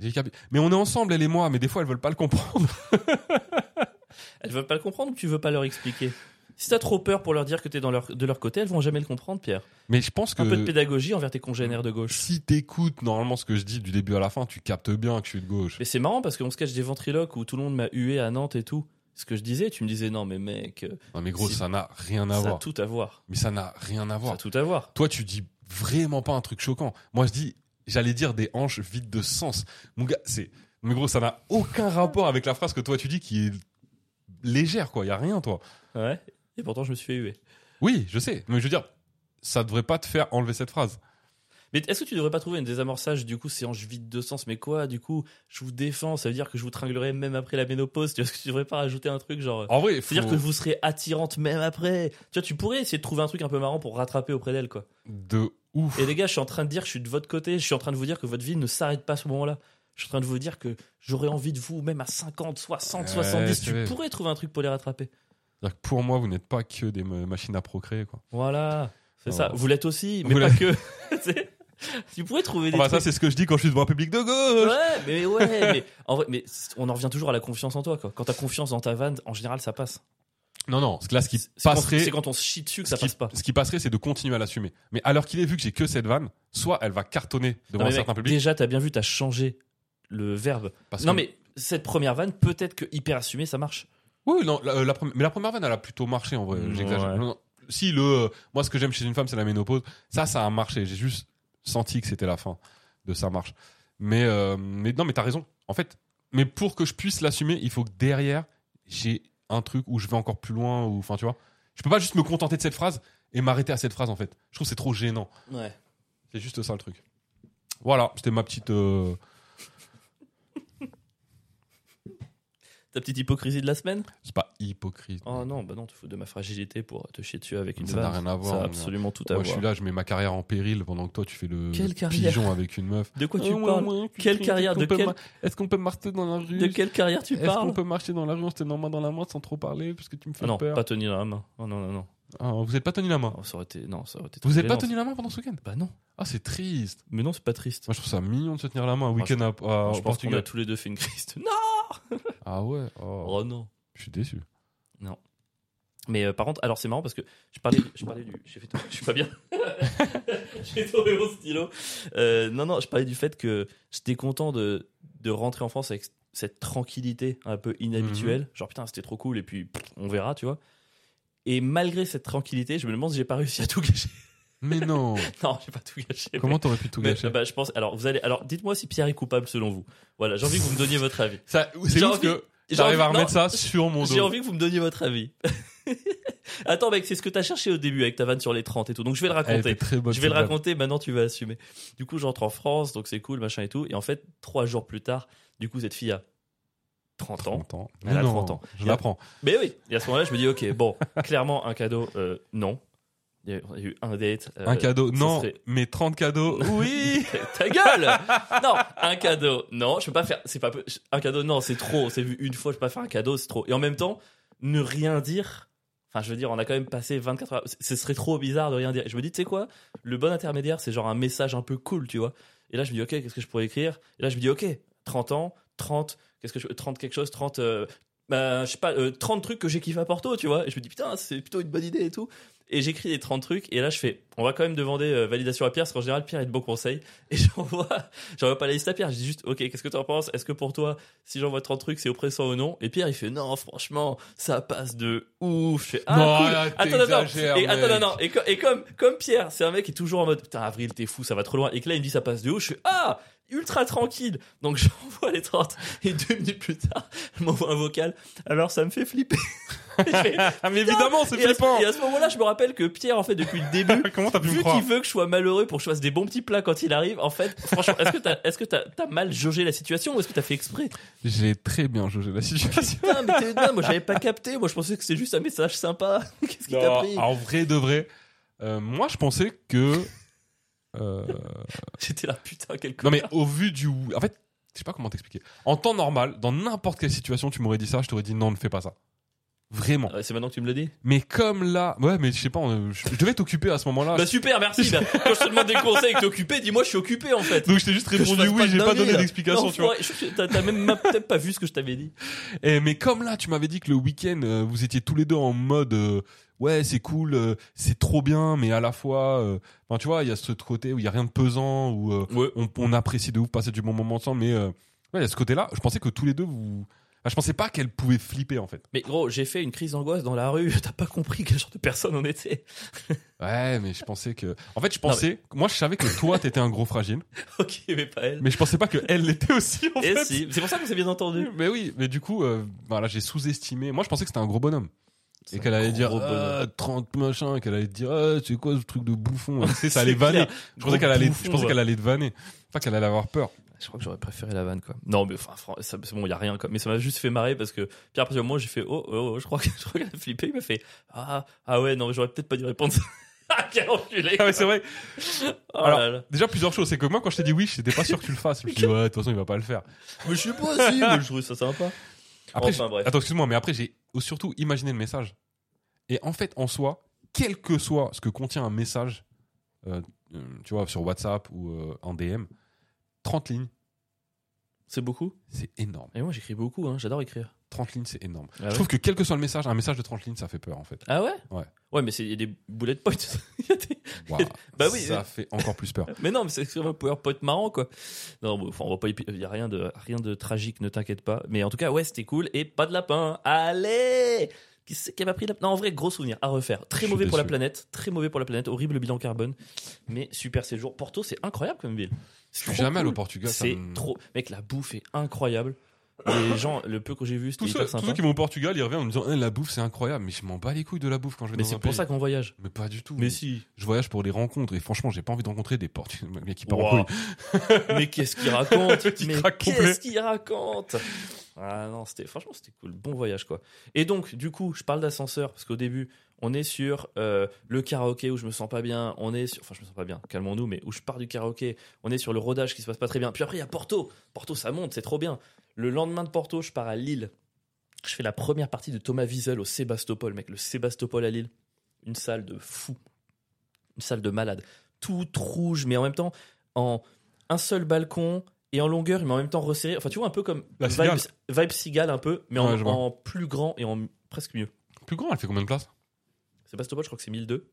Speaker 2: J'ai capi- Mais on est ensemble, elle et moi, mais des fois, elles veulent pas le comprendre.
Speaker 1: Elles veulent pas le comprendre ou tu veux pas leur expliquer Si t'as trop peur pour leur dire que t'es dans leur, de leur côté, elles vont jamais le comprendre, Pierre.
Speaker 2: Mais je pense que
Speaker 1: Un peu de pédagogie envers tes congénères de gauche.
Speaker 2: si t'écoutes normalement ce que je dis du début à la fin, tu captes bien que je suis de gauche.
Speaker 1: Mais c'est marrant parce qu'on se cache des ventriloques où tout le monde m'a hué à Nantes et tout. Ce que je disais, tu me disais non mais mec, euh,
Speaker 2: Non, mais gros,
Speaker 1: si-
Speaker 2: ça n'a rien à
Speaker 1: ça a
Speaker 2: voir.
Speaker 1: tout à voir.
Speaker 2: Mais ça n'a rien à
Speaker 1: Ça
Speaker 2: voir.
Speaker 1: a tout à voir.
Speaker 2: Toi, tu dis vraiment pas un truc choquant. Moi, je dis, j'allais dire des hanches vides de sens. Mon gars, c'est. Mais gros, ça n'a aucun rapport avec la phrase que toi, tu dis qui est légère, quoi. Il y a rien, toi.
Speaker 1: Ouais. Et pourtant je me suis fait huer.
Speaker 2: Oui, je sais. Mais je veux dire, ça devrait pas te faire enlever cette phrase.
Speaker 1: Mais est-ce que tu devrais pas trouver un désamorçage du coup séance vide de sens Mais quoi Du coup, je vous défends, ça veut dire que je vous tringlerai même après la ménopause. Tu vois, est-ce que tu devrais pas rajouter un truc genre euh,
Speaker 2: En vrai, faut...
Speaker 1: c'est-à-dire que vous serez attirante même après. Tu vois, tu pourrais essayer de trouver un truc un peu marrant pour rattraper auprès d'elle, quoi.
Speaker 2: de ouf.
Speaker 1: Et les gars, je suis en train de dire que je suis de votre côté, je suis en train de vous dire que votre vie ne s'arrête pas à ce moment-là. Je suis en train de vous dire que j'aurais envie de vous, même à 50, 60,
Speaker 2: Ouais,
Speaker 1: 70,
Speaker 2: c'est
Speaker 1: tu
Speaker 2: vrai.
Speaker 1: pourrais trouver un truc pour les rattraper.
Speaker 2: C'est-à-dire que pour moi, vous n'êtes pas que des ma- machines à procréer. Quoi.
Speaker 1: Voilà, c'est
Speaker 2: Oh.
Speaker 1: ça. Vous l'êtes aussi, mais
Speaker 2: Vous
Speaker 1: pas
Speaker 2: l'êtes.
Speaker 1: que. C'est- tu pourrais trouver des
Speaker 2: Enfin, ça,
Speaker 1: trucs.
Speaker 2: c'est ce que je dis quand je suis devant un public de gauche.
Speaker 1: Ouais, mais ouais, mais en vrai, mais c- on en revient toujours à la confiance en toi, quoi. Quand t'as confiance dans ta vanne, en général, ça passe.
Speaker 2: Non, non, là, ce qui
Speaker 1: C'est- c'est quand-
Speaker 2: passerait,
Speaker 1: C'est quand on se chie dessus que ça
Speaker 2: ce qui-
Speaker 1: passe pas.
Speaker 2: ce qui passerait, c'est de continuer à l'assumer. Mais alors qu'il est vu que j'ai que cette vanne, soit elle va cartonner
Speaker 1: Non,
Speaker 2: devant
Speaker 1: mais
Speaker 2: un
Speaker 1: mec,
Speaker 2: certain public.
Speaker 1: déjà, t'as bien vu, t'as changé le verbe.
Speaker 2: Parce
Speaker 1: non,
Speaker 2: que-
Speaker 1: mais cette première vanne, peut-être que hyper assumée, ça marche.
Speaker 2: Oui, non, la, la première- mais la première vanne, elle a plutôt marché en vrai.
Speaker 1: Ouais.
Speaker 2: J'exagère. Non, non. Si le, euh, moi, ce que j'aime chez une femme, c'est la ménopause. Ça, ça a marché. J'ai juste senti que c'était la fin de sa marche. Mais, euh, mais non, mais t'as raison. En fait, mais pour que je puisse l'assumer, il faut que derrière, j'ai un truc où je vais encore plus loin. ou Enfin, tu vois, je peux pas juste me contenter de cette phrase et m'arrêter à cette phrase. En fait, je trouve que c'est trop gênant.
Speaker 1: Ouais.
Speaker 2: C'est juste ça le truc. Voilà, c'était ma petite. euh,
Speaker 1: Ta petite hypocrisie de la semaine
Speaker 2: C'est pas hypocrite.
Speaker 1: Oh non, bah non, tu fous de ma fragilité pour te chier dessus avec une
Speaker 2: Ça n'a
Speaker 1: vanne.
Speaker 2: rien à voir,
Speaker 1: Ça a
Speaker 2: mon gars.
Speaker 1: absolument tout à
Speaker 2: Moi, je
Speaker 1: voir.
Speaker 2: suis là, je mets ma carrière en péril pendant que toi, tu fais le
Speaker 1: Quelle carrière
Speaker 2: pigeon avec une meuf.
Speaker 1: De quoi tu
Speaker 2: Ah ouais,
Speaker 1: parles
Speaker 2: ouais,
Speaker 1: Quelle
Speaker 2: qu'est-ce
Speaker 1: carrière
Speaker 2: qu'on
Speaker 1: De
Speaker 2: peut
Speaker 1: quelle-
Speaker 2: mar- Est-ce qu'on peut marcher dans la rue
Speaker 1: De quelle carrière tu
Speaker 2: Est-ce qu'on
Speaker 1: parles
Speaker 2: peut marcher dans la rue en se tenant main dans la main sans trop parler Parce que tu me fais
Speaker 1: Ah Non,
Speaker 2: peur.
Speaker 1: pas Tony dans la main. Oh non, non, non.
Speaker 2: Ah, vous n'êtes pas tenu la main.
Speaker 1: Oh, ça aurait été... Non, ça aurait été
Speaker 2: Vous
Speaker 1: trop
Speaker 2: n'êtes pas
Speaker 1: gênant,
Speaker 2: tenu la main pendant ce week-end
Speaker 1: ça. Bah non.
Speaker 2: Ah, c'est triste.
Speaker 1: Mais non, c'est pas triste.
Speaker 2: Moi, je trouve ça mignon de se tenir la main un week-end à, à-
Speaker 1: Alors,
Speaker 2: au
Speaker 1: je pense qu'on a
Speaker 2: Portugal.
Speaker 1: tous les deux fait une crise. de- Non
Speaker 2: Ah ouais oh,
Speaker 1: Oh non.
Speaker 2: Je suis déçu.
Speaker 1: Mais euh, par contre, alors c'est marrant parce que je parlais, je parlais du. j'ai fait- je suis pas bien. J'ai tombé mon stylo. Euh, non, non, je parlais du fait que j'étais content de, de rentrer en France avec cette tranquillité un peu inhabituelle.
Speaker 2: Mhm.
Speaker 1: Genre putain, c'était trop cool et puis pff, on verra, tu vois. Et malgré cette tranquillité, je me demande si j'ai pas réussi à tout gâcher.
Speaker 2: Mais non
Speaker 1: non, j'ai pas tout gâché. mais-
Speaker 2: Comment t'aurais pu tout
Speaker 1: mais,
Speaker 2: gâcher
Speaker 1: bah, je pense. Alors, vous allez. Alors, dites-moi si Pierre est coupable selon vous. Voilà, j'ai envie que vous me donniez votre avis.
Speaker 2: Ça- C'est
Speaker 1: j'ai
Speaker 2: ouf
Speaker 1: envie-
Speaker 2: que
Speaker 1: j'ai
Speaker 2: j'arrive à
Speaker 1: envie-
Speaker 2: remettre
Speaker 1: non,
Speaker 2: ça sur mon
Speaker 1: J'ai
Speaker 2: dos.
Speaker 1: envie que vous me donniez votre avis. Attends, mec, c'est ce que t'as cherché au début avec ta vanne sur les 30 et tout. Donc, je vais le
Speaker 2: Elle
Speaker 1: raconter.
Speaker 2: était très bonne,
Speaker 1: Je vais le
Speaker 2: cette blague.
Speaker 1: raconter, maintenant tu vas assumer. Du coup, j'entre en France, donc c'est cool, machin et tout. Et en fait, trois jours plus tard, du coup, cette fille a 30 ans.
Speaker 2: 30 ans.
Speaker 1: Elle a
Speaker 2: Non,
Speaker 1: 30 ans.
Speaker 2: Je l'apprends.
Speaker 1: Mais oui, et à ce moment-là, je me dis, ok, bon, clairement, un cadeau, euh, non. Il y a eu- il y a eu un date. euh,
Speaker 2: Un cadeau.
Speaker 1: ça
Speaker 2: Non,
Speaker 1: serait-
Speaker 2: mais 30 cadeaux. Oui
Speaker 1: Ta- Ta gueule Non, un cadeau. Non, je peux pas faire. C'est pas peu- un cadeau. Non, c'est trop. C'est vu une fois. Je peux pas faire un cadeau. C'est trop. Et en même temps, ne rien dire. Enfin, je veux dire, on a quand même passé 24 heures. C- Ce serait trop bizarre de rien dire. Et Je me dis, tu sais quoi Le bon intermédiaire, c'est genre un message un peu cool, tu vois. Et là, je me dis, ok, qu'est-ce que je pourrais écrire Et là, je me dis, ok, 30 ans, 30, qu'est-ce que je, 30 quelque chose, 30, euh, bah, je sais pas, euh, 30 trucs que j'ai kiffé à Porto, tu vois. Et je me dis, putain, c'est plutôt une bonne idée et tout. Et j'écris les 30 trucs, et là, je fais, on va quand même demander euh, validation à Pierre, parce qu'en général, Pierre est de bons conseils. Et j'envoie, j'envoie pas la liste à Pierre. Je dis juste, ok, qu'est-ce que t'en penses Est-ce que pour toi, si j'envoie 30 trucs, c'est oppressant ou non Et Pierre, il fait, non, franchement, ça passe de ouf. Je fais, ah,
Speaker 2: Non,
Speaker 1: cool.
Speaker 2: là,
Speaker 1: Attends, non, non.
Speaker 2: t'exagères,
Speaker 1: Et, attends,
Speaker 2: mec.
Speaker 1: non, non. Et, co- et comme, comme Pierre, c'est un mec qui est toujours en mode Putain, Avril, t'es fou, ça va trop loin. Et que là, il me dit ça passe de haut. Je suis Ah Ultra tranquille. Donc j'envoie les 30. Et deux minutes plus tard, elle m'envoie un vocal. Alors ça me fait flipper. Et je fais,
Speaker 2: Ah, mais évidemment, c'est
Speaker 1: et, à
Speaker 2: flippant
Speaker 1: ce, et à ce moment-là, je me rappelle que Pierre, en fait, depuis le début,
Speaker 2: Comment t'as pu me
Speaker 1: vu
Speaker 2: croire
Speaker 1: qu'il veut que je sois malheureux pour que je fasse des bons petits plats quand il arrive, en fait, franchement, est-ce que t'as est-ce que t'as- t'as mal jaugé la situation ou est-ce que t'as fait exprès
Speaker 2: J'ai très bien jaugé la situation.
Speaker 1: Putain, mais t'es dingue, moi j'avais pas capté. Moi je pensais que c'était juste un message sympa. Qu'est-ce qui t'a pris
Speaker 2: en vrai de vrai, euh, moi je pensais que. euh,
Speaker 1: J'étais là, putain, quel
Speaker 2: non mais
Speaker 1: connard.
Speaker 2: au vu du. En fait, je sais pas comment t'expliquer. En temps normal, dans n'importe quelle situation, tu m'aurais dit ça, je t'aurais dit non, ne fais pas ça. Vraiment.
Speaker 1: Ah Ouais, C'est maintenant que tu me le dis
Speaker 2: Mais comme là. Ouais, mais je sais pas, on- je je devais t'occuper à ce moment-là.
Speaker 1: Bah super, merci. Bah, quand je te demande des conseils et que t'es occupé, dis-moi je suis occupé en fait.
Speaker 2: Donc je t'ai juste
Speaker 1: Que je
Speaker 2: répondu
Speaker 1: fasse
Speaker 2: oui,
Speaker 1: de
Speaker 2: j'ai pas
Speaker 1: dinguerie,
Speaker 2: donné
Speaker 1: là.
Speaker 2: d'explication,
Speaker 1: Non,
Speaker 2: tu vois.
Speaker 1: faudrait- je- T'as t'as même ma- peut-être pas vu ce que je t'avais dit.
Speaker 2: Eh, mais comme là, tu m'avais dit que le week-end, euh, vous étiez tous les deux en mode euh, ouais, c'est cool, euh, c'est trop bien, mais à la fois, euh, enfin, tu vois, il y a ce côté où il y a rien de pesant, où euh,
Speaker 1: Ouais.
Speaker 2: on, on apprécie de ouf passer du bon moment ensemble, mais euh, ouais, il y a ce côté-là. Je pensais que tous les deux, vous, ah, je pensais pas qu'elle pouvait flipper en fait.
Speaker 1: Mais gros, j'ai fait une crise d'angoisse dans la rue. T'as pas compris quel genre de personne on était.
Speaker 2: Ouais, mais je pensais que, en fait, je
Speaker 1: Non,
Speaker 2: pensais, moi, je savais que toi, t'étais un gros fragile,
Speaker 1: Ok, mais pas elle.
Speaker 2: mais je pensais pas que elle l'était aussi. En
Speaker 1: Et
Speaker 2: fait.
Speaker 1: si, c'est pour ça qu'on s'est bien entendu.
Speaker 2: Mais oui, mais du coup, euh, voilà, j'ai sous-estimé. Moi, je pensais que c'était un gros bonhomme.
Speaker 1: C'est
Speaker 2: Et qu'elle allait
Speaker 1: un
Speaker 2: dire
Speaker 1: Oh, gros bonhomme.
Speaker 2: ah, 30 machin, et qu'elle allait te dire ah, c'est quoi ce truc de bouffon hein. Tu sais, ça allait
Speaker 1: C'est clair.
Speaker 2: vanner. Je pensais
Speaker 1: Gros
Speaker 2: qu'elle allait, je
Speaker 1: bouffon,
Speaker 2: pensais
Speaker 1: ouais.
Speaker 2: qu'elle allait te vanner. Pas qu'elle allait avoir peur.
Speaker 1: Je crois que j'aurais préféré la vanne quoi. Non mais enfin fran- ça- c'est bon, il y a rien quoi. Mais ça m'a juste fait marrer parce que puis après moment j'ai fait oh, oh, oh, je crois que je crois qu'elle a flippé, il m'a fait ah ah ouais non, mais j'aurais peut-être pas dû répondre. Ah quel enculé.
Speaker 2: Ah ouais, c'est vrai.
Speaker 1: Oh
Speaker 2: Alors,
Speaker 1: là là.
Speaker 2: Déjà plusieurs choses, c'est que moi quand je t'ai dit oui, j'étais pas sûr que tu le fasses. Je me suis dit ouais, de toute façon, il va pas le faire.
Speaker 1: Mais je sais pas si, mais je trouve ça sympa.
Speaker 2: Après,
Speaker 1: Enfin,
Speaker 2: j'ai-
Speaker 1: bref.
Speaker 2: attends, excuse-moi, mais après j'ai surtout imaginé le message. Et en fait, en soi, quel que soit ce que contient un message, euh, euh, tu vois, sur WhatsApp ou euh, en DM, 30 lignes,
Speaker 1: C'est beaucoup
Speaker 2: c'est énorme.
Speaker 1: Et moi j'écris beaucoup, hein, j'adore écrire.
Speaker 2: 30 lignes, c'est énorme.
Speaker 1: Ah ouais
Speaker 2: Je trouve que quel que soit le message, un message de 30 lignes, ça fait peur en fait.
Speaker 1: Ah ouais
Speaker 2: Ouais.
Speaker 1: Ouais, mais c'est- il y a des bullet points. Il y a des-
Speaker 2: Waouh,
Speaker 1: Bah oui.
Speaker 2: ça fait encore plus peur.
Speaker 1: mais non, mais c'est un PowerPoint marrant, quoi. Non, bon, enfin, on va pas. y- Il y a rien de, rien de tragique, ne t'inquiète pas. Mais en tout cas, ouais, c'était cool et pas de lapin. Allez Qui c'est qui a pas pris de lapin Non, en vrai, gros souvenir à refaire. Très
Speaker 2: Je suis
Speaker 1: mauvais pour la
Speaker 2: déçu.
Speaker 1: planète, très mauvais pour la planète, horrible bilan carbone, mais super séjour. Porto, c'est incroyable comme ville.
Speaker 2: Je suis jamais allé au Portugal. ça
Speaker 1: C'est
Speaker 2: me-
Speaker 1: trop. Mec, la bouffe est incroyable. Les gens, le peu que j'ai vu, c'était
Speaker 2: Tous ceux,
Speaker 1: hyper
Speaker 2: tous
Speaker 1: sympa.
Speaker 2: ceux qui vont au Portugal, ils reviennent en me disant Eh, la bouffe, c'est incroyable. Mais je m'en bats les couilles de la bouffe quand je vais
Speaker 1: Mais
Speaker 2: dans
Speaker 1: c'est
Speaker 2: un
Speaker 1: pour
Speaker 2: pays.
Speaker 1: ça qu'on voyage.
Speaker 2: Mais pas du tout.
Speaker 1: Mais si.
Speaker 2: Je voyage pour les rencontres et franchement, j'ai pas envie de rencontrer des Portugais mais qui partent en
Speaker 1: Wow.
Speaker 2: couille.
Speaker 1: mais qu'est-ce qu'il raconte
Speaker 2: Petit
Speaker 1: Mais
Speaker 2: crack complet.
Speaker 1: qu'est-ce qu'il raconte Ah non, c'était franchement c'était cool, bon voyage quoi. Et donc du coup, je parle d'ascenseur parce qu'au début, on est sur euh, le karaoké où je me sens pas bien, on est sur enfin je me sens pas bien, calmons-nous mais où je pars du karaoké, on est sur le rodage qui se passe pas très bien. Puis après il y a Porto. Porto ça monte, c'est trop bien. Le lendemain de Porto, je pars à Lille. Je fais la première partie de Thomas Wiesel au Sébastopol, mec, le Sébastopol à Lille. Une salle de fou. Une salle de malade. Toute rouge mais en même temps en un seul balcon et en longueur, mais en même temps resserré. Enfin, tu vois, un peu comme
Speaker 2: La
Speaker 1: Vibe,
Speaker 2: cigale.
Speaker 1: Vibe cigale, un peu, mais
Speaker 2: Ouais,
Speaker 1: en,
Speaker 2: je vois.
Speaker 1: en plus grand et en presque mieux.
Speaker 2: Plus grand, elle fait combien de places
Speaker 1: Sébastopol, je crois que c'est 1002.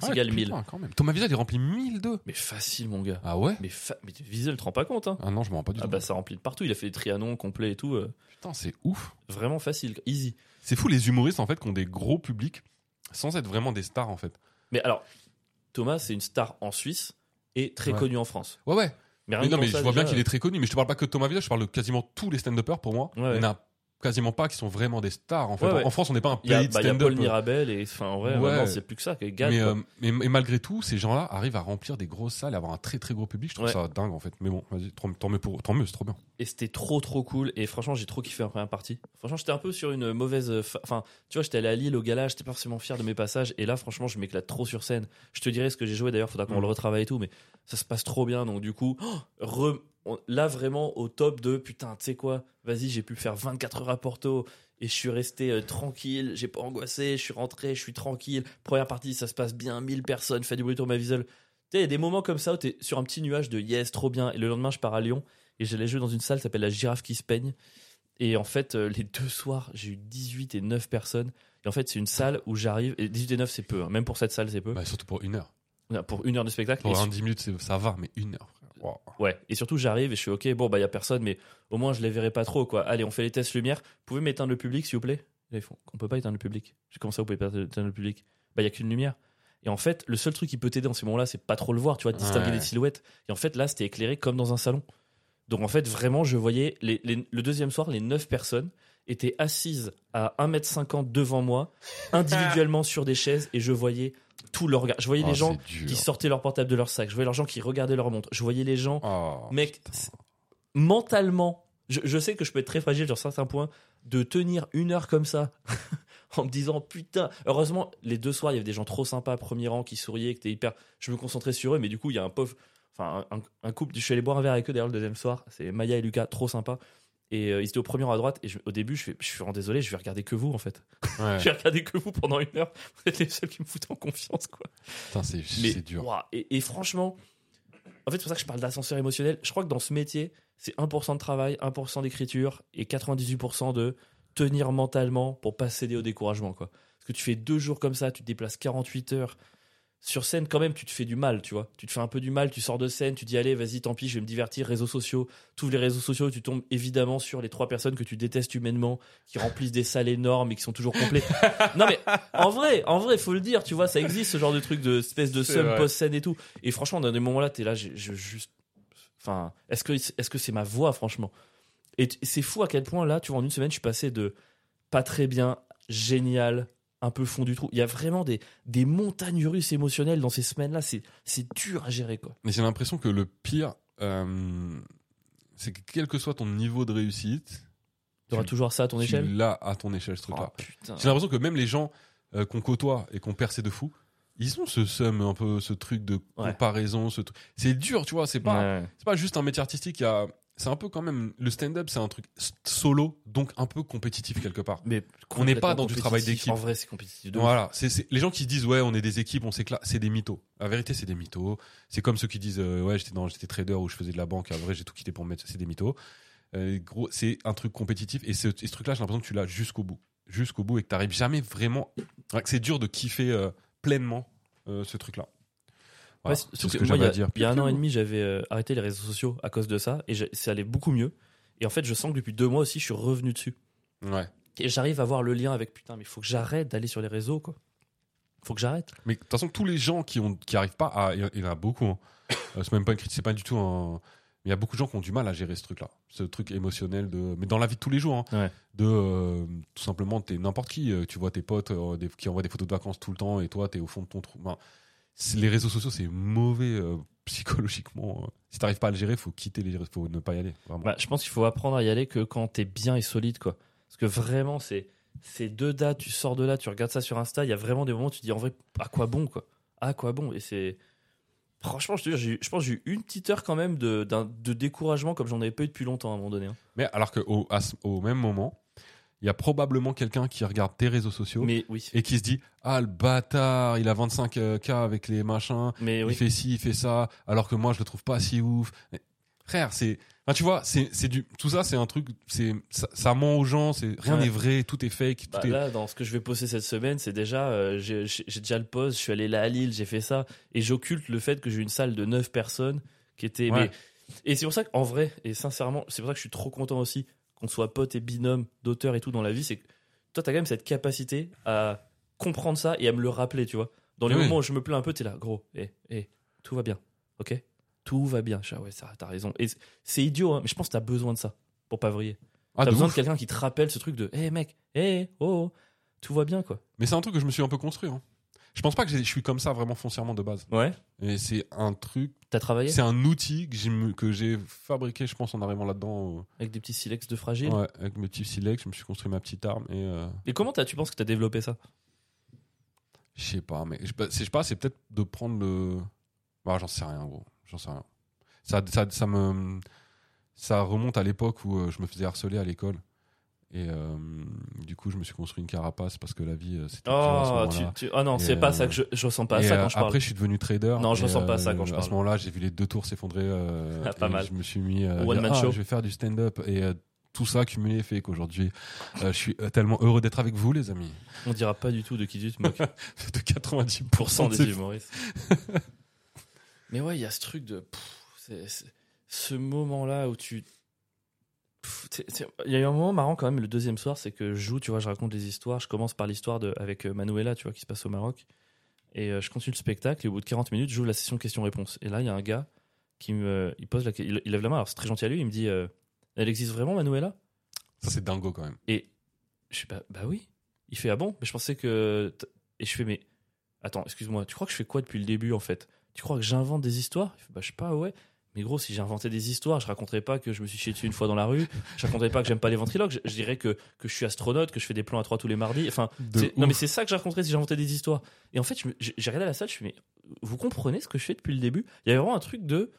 Speaker 2: Ah ouais,
Speaker 1: Cigale
Speaker 2: plus
Speaker 1: 1000.
Speaker 2: grand, quand même. Thomas Visa, il remplit 1002.
Speaker 1: Mais facile, mon gars.
Speaker 2: Ah ouais
Speaker 1: Mais, fa- mais visuel, tu te rends pas compte. Hein.
Speaker 2: Ah non, je m'en rends pas du
Speaker 1: Ah
Speaker 2: tout.
Speaker 1: bah, ça remplit de partout. Il a fait des trianons complets et tout. euh,
Speaker 2: Putain, c'est ouf.
Speaker 1: vraiment facile, quoi. easy.
Speaker 2: C'est fou, les humoristes en fait qui ont des gros publics sans être vraiment des stars en fait.
Speaker 1: Mais alors, Thomas, c'est une star en Suisse et très
Speaker 2: Ouais.
Speaker 1: connu en France.
Speaker 2: Ouais, ouais.
Speaker 1: rien
Speaker 2: Mais
Speaker 1: que
Speaker 2: non,
Speaker 1: pour
Speaker 2: mais
Speaker 1: ça,
Speaker 2: je vois bien
Speaker 1: déjà,
Speaker 2: qu'il est très connu. Mais je te parle pas que de Thomas Villa, je parle de quasiment tous les stand-uppers pour moi.
Speaker 1: Ouais, ouais.
Speaker 2: Il y en a quasiment pas qui sont vraiment des stars en fait.
Speaker 1: Ouais, ouais.
Speaker 2: En France, on n'est pas un
Speaker 1: Il y a,
Speaker 2: pays de
Speaker 1: bah, il y a Paul
Speaker 2: stand-up. euh,
Speaker 1: Mirabel et enfin, en vrai,
Speaker 2: Ouais.
Speaker 1: maintenant, c'est plus que ça. Que Gad,
Speaker 2: mais,
Speaker 1: quoi.
Speaker 2: euh, mais- mais malgré tout, ces gens-là arrivent à remplir des grosses salles, à avoir un très très gros public. Je trouve
Speaker 1: Ouais.
Speaker 2: ça dingue en fait. Mais bon, vas-y, tant, tant mieux pour, tant mieux, c'est trop bien.
Speaker 1: et c'était trop trop cool et franchement j'ai trop kiffé la première partie franchement j'étais un peu sur une mauvaise euh, fa- enfin tu vois j'étais allé à Lille au gala j'étais pas forcément fier de mes passages et là franchement je m'éclate trop sur scène je te dirai ce que j'ai joué d'ailleurs faudra qu'on
Speaker 2: Mm.
Speaker 1: le retravaille et tout mais ça se passe trop bien donc du coup oh, re- on- là vraiment au top de putain tu sais quoi vas-y j'ai pu faire 24 heures à Porto et je suis resté euh, tranquille j'ai pas angoissé je suis rentré je suis tranquille première partie ça se passe bien 1000 personnes fait du bruit ma visual tu sais, il y a des moments comme ça où t'es sur un petit nuage de yes, trop bien. Et le lendemain, je pars à Lyon et j'allais jouer dans une salle qui s'appelle la girafe qui se peigne. Et en fait, euh, les deux soirs, j'ai eu 18 et 9 personnes. Et en fait, c'est une salle où j'arrive. Et 18 et 9, c'est peu. hein. Même pour cette salle, c'est peu.
Speaker 2: Bah, surtout pour une heure.
Speaker 1: Non, Pour une heure de spectacle. Et
Speaker 2: Pour un
Speaker 1: sur-
Speaker 2: 10 minutes, c'est- ça va, mais une heure. frère. Wow.
Speaker 1: Ouais. Et surtout, j'arrive et je suis OK. Bon, bah, il y a personne, mais au moins, je les verrai pas trop, quoi. Allez, on fait les tests lumière. Vous pouvez m'éteindre le public, s'il vous plaît Là, ils font, On peut pas éteindre le public. J'ai Comment ça, vous pouvez pas éteindre le public Bah, il y a qu'une lumière. Et en fait, le seul truc qui peut t'aider en ces moments-là, c'est pas trop le voir, tu vois, de distinguer
Speaker 2: Ouais.
Speaker 1: des silhouettes. Et en fait, là, c'était éclairé comme dans un salon. Donc, en fait, vraiment, je voyais les- les- le deuxième soir, les neuf personnes étaient assises à 1m50 devant moi, individuellement sur des chaises, et je voyais tout leur regard. Je voyais
Speaker 2: Ah,
Speaker 1: les gens
Speaker 2: c'est dur.
Speaker 1: qui sortaient leur portable de leur sac. Je voyais les gens qui regardaient leur montre. Je voyais les gens
Speaker 2: Ah,
Speaker 1: Mec,
Speaker 2: putain.
Speaker 1: c'est- mentalement. Je, je sais que je peux être très fragile sur certains points. De tenir une heure comme ça en me disant putain. Heureusement, les deux soirs, il y avait des gens trop sympas, premier rang, qui souriaient, que t'es hyper. Je me concentrais sur eux, mais du coup, il y a un pauvre. Enfin, un, un couple, je suis allé boire un verre avec eux d'ailleurs le deuxième soir. C'est Maya et Lucas, trop sympa. Et euh, ils étaient au premier rang à droite. Et je- au début, je fais, je suis vraiment désolé, je vais regarder que vous en fait.
Speaker 2: Ouais.
Speaker 1: Je vais regarder que vous pendant une heure. Vous êtes les seuls qui me foutent en confiance, quoi.
Speaker 2: Putain, c'est
Speaker 1: Mais,
Speaker 2: c'est dur.
Speaker 1: ouah, et, et franchement, en fait, c'est pour ça que je parle d'ascenseur émotionnel. Je crois que dans ce métier, c'est 1% de travail, 1% d'écriture et 98% de tenir mentalement pour pas céder au découragement. Quoi. Parce que tu fais deux jours comme ça, tu te déplaces 48 heures. Sur scène, quand même, tu te fais du mal, tu vois. Tu te fais un peu du mal, tu sors de scène, tu dis allez, vas-y, tant pis, je vais me divertir, réseaux sociaux. Tu ouvres les réseaux sociaux, tu tombes évidemment sur les trois personnes que tu détestes humainement, qui remplissent des salles énormes et qui sont toujours complètes. non, mais en vrai, en vrai, faut le dire, tu vois, ça existe ce genre de truc de espèce de
Speaker 2: C'est
Speaker 1: seum
Speaker 2: vrai.
Speaker 1: post-scène et tout. Et franchement, dans des moments-là, t'es là, j'ai- je juste. Enfin, est-ce que est-ce que c'est ma voix, franchement Et t- c'est fou à quel point là, tu vois, en une semaine, je suis passé de pas très bien, génial, un peu fond du trou. Il y a vraiment des des montagnes russes émotionnelles dans ces semaines-là. C'est c'est dur à gérer, quoi.
Speaker 2: Mais j'ai l'impression que le pire, euh, c'est que quel que soit ton niveau de réussite,
Speaker 1: T'auras
Speaker 2: Tu-
Speaker 1: toujours ça à ton
Speaker 2: tu
Speaker 1: échelle.
Speaker 2: l'as à ton échelle ce
Speaker 1: Oh,
Speaker 2: truc-là.
Speaker 1: putain.
Speaker 2: J'ai l'impression que même les gens euh, qu'on côtoie et qu'on percé de fou, ils ont ce seum, un peu ce truc de
Speaker 1: Ouais.
Speaker 2: comparaison, ce truc. C'est dur, tu vois, c'est pas,
Speaker 1: Ouais.
Speaker 2: c'est pas juste un métier artistique, il y a- c'est un peu quand même, le stand-up c'est un truc s- solo, donc un peu compétitif quelque part.
Speaker 1: Mais
Speaker 2: On n'est pas dans
Speaker 1: complètement
Speaker 2: du travail
Speaker 1: compétitif.
Speaker 2: d'équipe.
Speaker 1: En vrai, c'est compétitif. De ouf.
Speaker 2: Voilà, c'est c'est- les gens qui disent ouais on est des équipes, on s'éclate, c'est des mythos. La vérité c'est des mythos. C'est comme ceux qui disent euh, ouais j'étais dans j'étais trader ou je faisais de la banque, en vrai j'ai tout quitté pour me mettre, c'est des mythos. Euh, gros, c'est un truc compétitif et, ce- et ce truc-là, j'ai l'impression que tu l'as jusqu'au bout. Jusqu'au bout et que tu n'arrives jamais vraiment. ouais, que c'est dur de kiffer euh, pleinement euh, ce truc-là. Voilà,
Speaker 1: Ouais,
Speaker 2: c'est
Speaker 1: surtout
Speaker 2: ce
Speaker 1: que
Speaker 2: que
Speaker 1: moi, il
Speaker 2: j'avais
Speaker 1: y
Speaker 2: à
Speaker 1: a-
Speaker 2: dire.
Speaker 1: Il y a un an et demi, j'avais euh, arrêté les réseaux sociaux à cause de ça et j'ai- ça allait beaucoup mieux. Et en fait, je sens que depuis deux mois aussi, je suis revenu dessus.
Speaker 2: Ouais.
Speaker 1: Et j'arrive à voir le lien avec putain, mais faut que j'arrête d'aller sur les réseaux, quoi. Faut que j'arrête.
Speaker 2: Mais de toute façon, tous les gens qui ont qui arrivent pas à. Il y en- il y en a beaucoup. hein. Euh, C'est même pas une critique, c'est pas du tout un. Mais il y a beaucoup de gens qui ont du mal à gérer ce truc-là. Ce truc émotionnel de. Mais dans la vie de tous les jours. hein.
Speaker 1: Ouais.
Speaker 2: De. euh, tout simplement, t'es n'importe qui. euh, Tu vois tes potes euh, des- qui envoient des photos de vacances tout le temps et toi, t'es au fond de ton trou. Ben, c'est- les réseaux sociaux, c'est mauvais euh, psychologiquement. euh. Si t'arrives pas à le gérer, faut quitter les réseaux. Faut ne pas y aller. Vraiment.
Speaker 1: Bah, je pense qu'il faut apprendre à y aller que quand t'es bien et solide, quoi. Parce que vraiment, c'est ces deux dates, tu sors de là, tu regardes ça sur Insta, il y a vraiment des moments où tu te dis en vrai, à quoi bon, quoi À quoi bon Et c'est. Franchement, je te jure, j'ai eu- je pense que j'ai eu une petite heure quand même de, d'un- de découragement comme j'en avais pas eu depuis longtemps à un moment donné. hein.
Speaker 2: Mais alors qu'au au même moment, il y a probablement quelqu'un qui regarde tes réseaux sociaux.
Speaker 1: Mais oui.
Speaker 2: et qui se dit ah le bâtard il a 25k avec les machins
Speaker 1: Mais
Speaker 2: il
Speaker 1: Eh oui.
Speaker 2: fait ci il fait ça alors que moi je le trouve pas si ouf Mais, frère c'est enfin, tu vois c'est c'est du tout ça c'est un truc c'est ça, ça ment aux gens c'est rien
Speaker 1: Ouais.
Speaker 2: n'est vrai tout est fake tout
Speaker 1: Bah,
Speaker 2: est
Speaker 1: là, dans ce que je vais poster cette semaine, c'est déjà, euh, j'ai j'ai- j'ai déjà le post, je suis allé là à Lille, j'ai fait ça, et j'occulte le fait que j'ai eu une salle de 9 personnes qui était. mais-
Speaker 2: Ouais.
Speaker 1: et c'est pour ça qu'en vrai, et sincèrement, c'est pour ça que je suis trop content aussi qu'on soit potes et binômes d'auteurs et tout dans la vie, c'est que toi, t'as quand même cette capacité à comprendre ça et à me le rappeler, tu vois. Dans les
Speaker 2: Oui.
Speaker 1: moments où je me plains un peu, t'es là, gros, et tout va bien, ok Tout va bien. Je suis, ah ouais, ça, t'as raison. Et c'est- c'est idiot, hein, mais je pense que t'as besoin de ça pour pas vriller.
Speaker 2: Ah, de
Speaker 1: T'as besoin
Speaker 2: ouf.
Speaker 1: de quelqu'un qui te rappelle ce truc de hé mec, hé oh, oh, tout va bien quoi.
Speaker 2: mais c'est un truc que je me suis un peu construit hein. je pense pas que j'ai- je suis comme ça vraiment foncièrement de base
Speaker 1: Ouais.
Speaker 2: et c'est un truc
Speaker 1: T'as travaillé
Speaker 2: c'est un outil que j'ai me- que j'ai fabriqué je pense en arrivant là dedans
Speaker 1: avec des petits silex de fragile.
Speaker 2: avec mes petits silex je me suis construit ma petite arme et euh,
Speaker 1: Et comment t'as- tu penses que t'as développé ça
Speaker 2: Je sais pas, mais je je sais pas, c'est peut-être de prendre le. Bah, j'en sais rien, gros. J'en sais rien. Ça, ça, ça me. Ça remonte à l'époque où euh, je me faisais harceler à l'école. Et euh, du coup, je me suis construit une carapace parce que la vie, euh, c'était. dur à ce
Speaker 1: Oh, tu,
Speaker 2: moment-là.
Speaker 1: tu- oh non,
Speaker 2: Et,
Speaker 1: c'est pas
Speaker 2: euh,
Speaker 1: ça que je, je ressens pas
Speaker 2: Et,
Speaker 1: ça
Speaker 2: euh,
Speaker 1: quand je parle.
Speaker 2: Après, je suis devenu trader.
Speaker 1: Non, je
Speaker 2: et, euh,
Speaker 1: ressens pas ça quand je
Speaker 2: À ce
Speaker 1: parle.
Speaker 2: moment-là, j'ai vu les deux tours s'effondrer. euh,
Speaker 1: Ah, pas
Speaker 2: et
Speaker 1: mal.
Speaker 2: Je me suis mis. euh, à
Speaker 1: One
Speaker 2: dire,
Speaker 1: man
Speaker 2: Ah,
Speaker 1: show.
Speaker 2: Je vais faire du stand-up. Et euh, tout ça cumulé fait qu'aujourd'hui, euh, je suis euh, tellement heureux d'être avec vous, les amis.
Speaker 1: On dira pas du tout de qui tu te moques.
Speaker 2: De 90%
Speaker 1: Sans
Speaker 2: de
Speaker 1: des
Speaker 2: ces
Speaker 1: humoristes. Mais ouais, il y a ce truc de pff, c'est- c'est- ce moment là où tu pff, t'es- t'es- il y a eu un moment marrant quand même le deuxième soir c'est que je joue tu vois je raconte des histoires je commence par l'histoire de avec euh, Manuela tu vois qui se passe au Maroc et euh, je continue le spectacle et au bout de 40 minutes je joue la session questions-réponses et là il y a un gars qui me il pose la que- il, il lève la main alors c'est très gentil à lui il me dit euh, elle existe vraiment Manuela
Speaker 2: Ça, c'est dingo quand même.
Speaker 1: et je suis pas, bah oui. Il fait, ah bon Mais je pensais que. t- Et je fais, mais attends, excuse-moi, tu crois que je fais quoi depuis le début en fait Tu crois que j'invente des histoires Il fait, bah je sais pas, ouais. Mais gros, si j'inventais des histoires, je raconterais pas que je me suis chié dessus une fois dans la rue, je raconterais pas que j'aime pas les ventriloques, je, je dirais que, que je suis astronaute, que je fais des plans à trois tous les mardis. Enfin,
Speaker 2: De
Speaker 1: c'est- non
Speaker 2: ouf.
Speaker 1: mais c'est ça que je raconterais si j'inventais des histoires. Et en fait, je me- j'ai j'ai regardé la salle, je me suis dit, mais vous comprenez ce que je fais depuis le début Il y avait vraiment un truc de.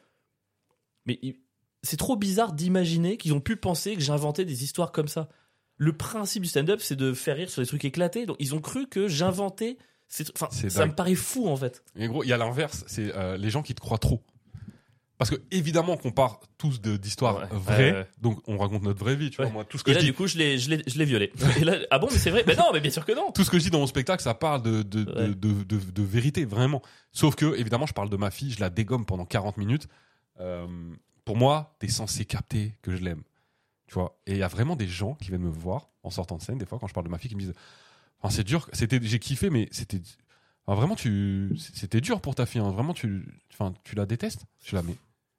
Speaker 1: Mais il- c'est trop bizarre d'imaginer qu'ils ont pu penser que j'inventais des histoires comme ça. Le principe du stand-up, c'est de faire rire sur des trucs éclatés. Donc ils ont cru que j'inventais. ces trucs- Enfin,
Speaker 2: C'est
Speaker 1: ça
Speaker 2: dingue.
Speaker 1: me paraît fou en fait.
Speaker 2: Mais gros, il y a l'inverse, c'est euh, les gens qui te croient trop. Parce que évidemment qu'on part tous de- d'histoires
Speaker 1: Ouais.
Speaker 2: vraies,
Speaker 1: Ouais, ouais.
Speaker 2: donc on raconte notre vraie vie, tu vois.
Speaker 1: Ouais.
Speaker 2: Moi, tout ce que
Speaker 1: Et
Speaker 2: je
Speaker 1: là,
Speaker 2: dis,
Speaker 1: du coup, je l'ai, je l'ai, je l'ai violé. Et là, ah bon, mais c'est vrai Mais non, mais bien sûr que non.
Speaker 2: tout ce que je dis dans mon spectacle, ça parle de de, de-
Speaker 1: Ouais.
Speaker 2: de- de- de vérité vraiment. Sauf que évidemment, je parle de ma fille, je la dégomme pendant 40 minutes. Euh, pour moi, t'es censé capter que je l'aime, tu vois. Et il y a vraiment des gens qui viennent me voir en sortant de scène des fois quand je parle de ma fille qui me disent, Ah, c'est dur, c'était, j'ai kiffé, mais c'était Ah, vraiment tu, c'était dur pour ta fille, hein. vraiment tu, enfin tu la détestes, tu la mais,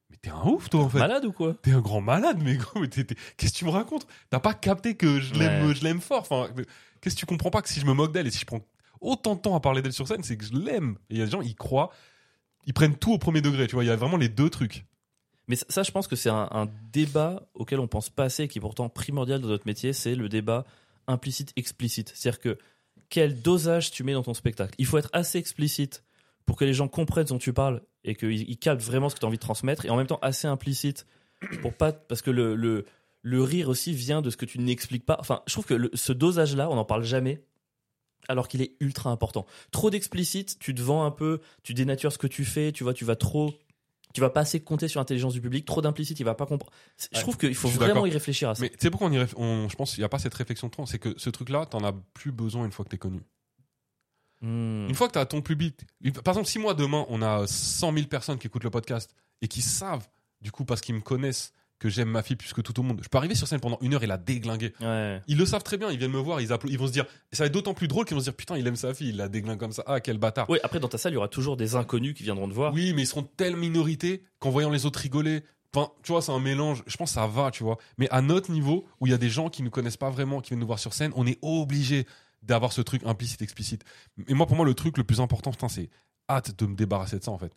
Speaker 2: mais t'es un ouf toi en fait.
Speaker 1: Malade ou quoi
Speaker 2: T'es un grand malade, mais gros, mais t'es- t'es- qu'est-ce que tu me racontes T'as pas capté que je l'aime,
Speaker 1: Ouais.
Speaker 2: je l'aime fort. Enfin, mais qu'est-ce que tu comprends pas que si je me moque d'elle et si je prends autant de temps à parler d'elle sur scène, c'est que je l'aime. Et il y a des gens, ils croient, ils prennent tout au premier degré. Tu vois, il y a vraiment les deux trucs.
Speaker 1: Mais ça, ça, je pense que c'est un, un débat auquel on pense pas assez et qui est pourtant primordial dans notre métier, c'est le débat implicite-explicite. C'est-à-dire que quel dosage tu mets dans ton spectacle Il faut être assez explicite pour que les gens comprennent ce dont tu parles et qu'ils ils captent vraiment ce que tu as envie de transmettre, et en même temps assez implicite pour pas... Parce que le, le, le rire aussi vient de ce que tu n'expliques pas. Enfin, je trouve que le- ce dosage-là, on n'en parle jamais, alors qu'il est ultra important. Trop d'explicite, tu te vends un peu, tu dénatures ce que tu fais, tu vois, tu vas trop tu vas pas assez compter sur l'intelligence du public, trop d'implicite, il va pas comprendre. C'est- Je
Speaker 2: Ouais.
Speaker 1: trouve qu'il faut
Speaker 2: Je suis
Speaker 1: vraiment
Speaker 2: d'accord.
Speaker 1: y réfléchir à ça.
Speaker 2: Mais tu sais pourquoi on y réf- on- je pense qu'il n'y a pas cette réflexion trop C'est que ce truc-là, t'en as plus besoin une fois que t'es connu.
Speaker 1: Hmm.
Speaker 2: Une fois que t'as ton public. une- Par exemple, si moi demain, on a 100 000 personnes qui écoutent le podcast et qui savent, du coup, parce qu'ils me connaissent, que j'aime ma fille plus que tout au monde, je peux arriver sur scène pendant une heure et la déglinguer.
Speaker 1: Ouais.
Speaker 2: Ils le savent très bien, ils viennent me voir, ils, applau- ils vont se dire. Ça va être d'autant plus drôle qu'ils vont se dire Putain, il aime sa fille, il la déglingue comme ça. Ah, quel bâtard.
Speaker 1: Oui, après, dans ta salle, il y aura toujours des inconnus qui viendront te voir.
Speaker 2: Oui, mais ils seront telle minorité qu'en voyant les autres rigoler. Enfin, tu vois, c'est un mélange. Je pense que ça va, tu vois. Mais à notre niveau, où il y a des gens qui nous connaissent pas vraiment, qui viennent nous voir sur scène, on est obligé d'avoir ce truc implicite, explicite. Et moi, pour moi, le truc le plus important, putain, c'est hâte de me débarrasser de ça, en fait.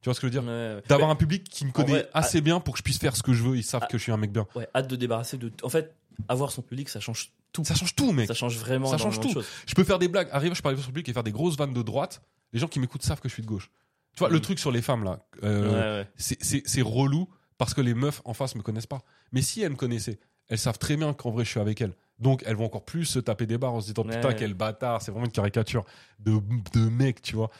Speaker 2: Tu vois ce que je veux dire
Speaker 1: Ouais.
Speaker 2: D'avoir un public qui me connaît
Speaker 1: vrai,
Speaker 2: assez bien pour que je puisse faire ce que je veux. Ils savent
Speaker 1: Ah.
Speaker 2: que je suis un mec bien.
Speaker 1: Ouais, hâte de débarrasser de. En fait, avoir son public, ça change tout.
Speaker 2: Ça change tout, mec.
Speaker 1: Ça change vraiment
Speaker 2: Ça change
Speaker 1: énormément de
Speaker 2: tout.
Speaker 1: choses.
Speaker 2: Je peux faire des blagues. Arrive, je peux arriver sur le public et faire des grosses vannes de droite. Les gens qui m'écoutent savent que je suis de gauche. Tu vois, le
Speaker 1: Mhm.
Speaker 2: truc sur les femmes, là. euh,
Speaker 1: Ouais, ouais.
Speaker 2: c'est- c'est c'est relou parce que les meufs en face me connaissent pas. Mais si elles me connaissaient, elles savent très bien qu'en vrai je suis avec elles. Donc elles vont encore plus se taper des barres en se disant
Speaker 1: Ouais,
Speaker 2: putain
Speaker 1: ouais.
Speaker 2: quel bâtard, c'est vraiment une caricature de, de mec, tu vois.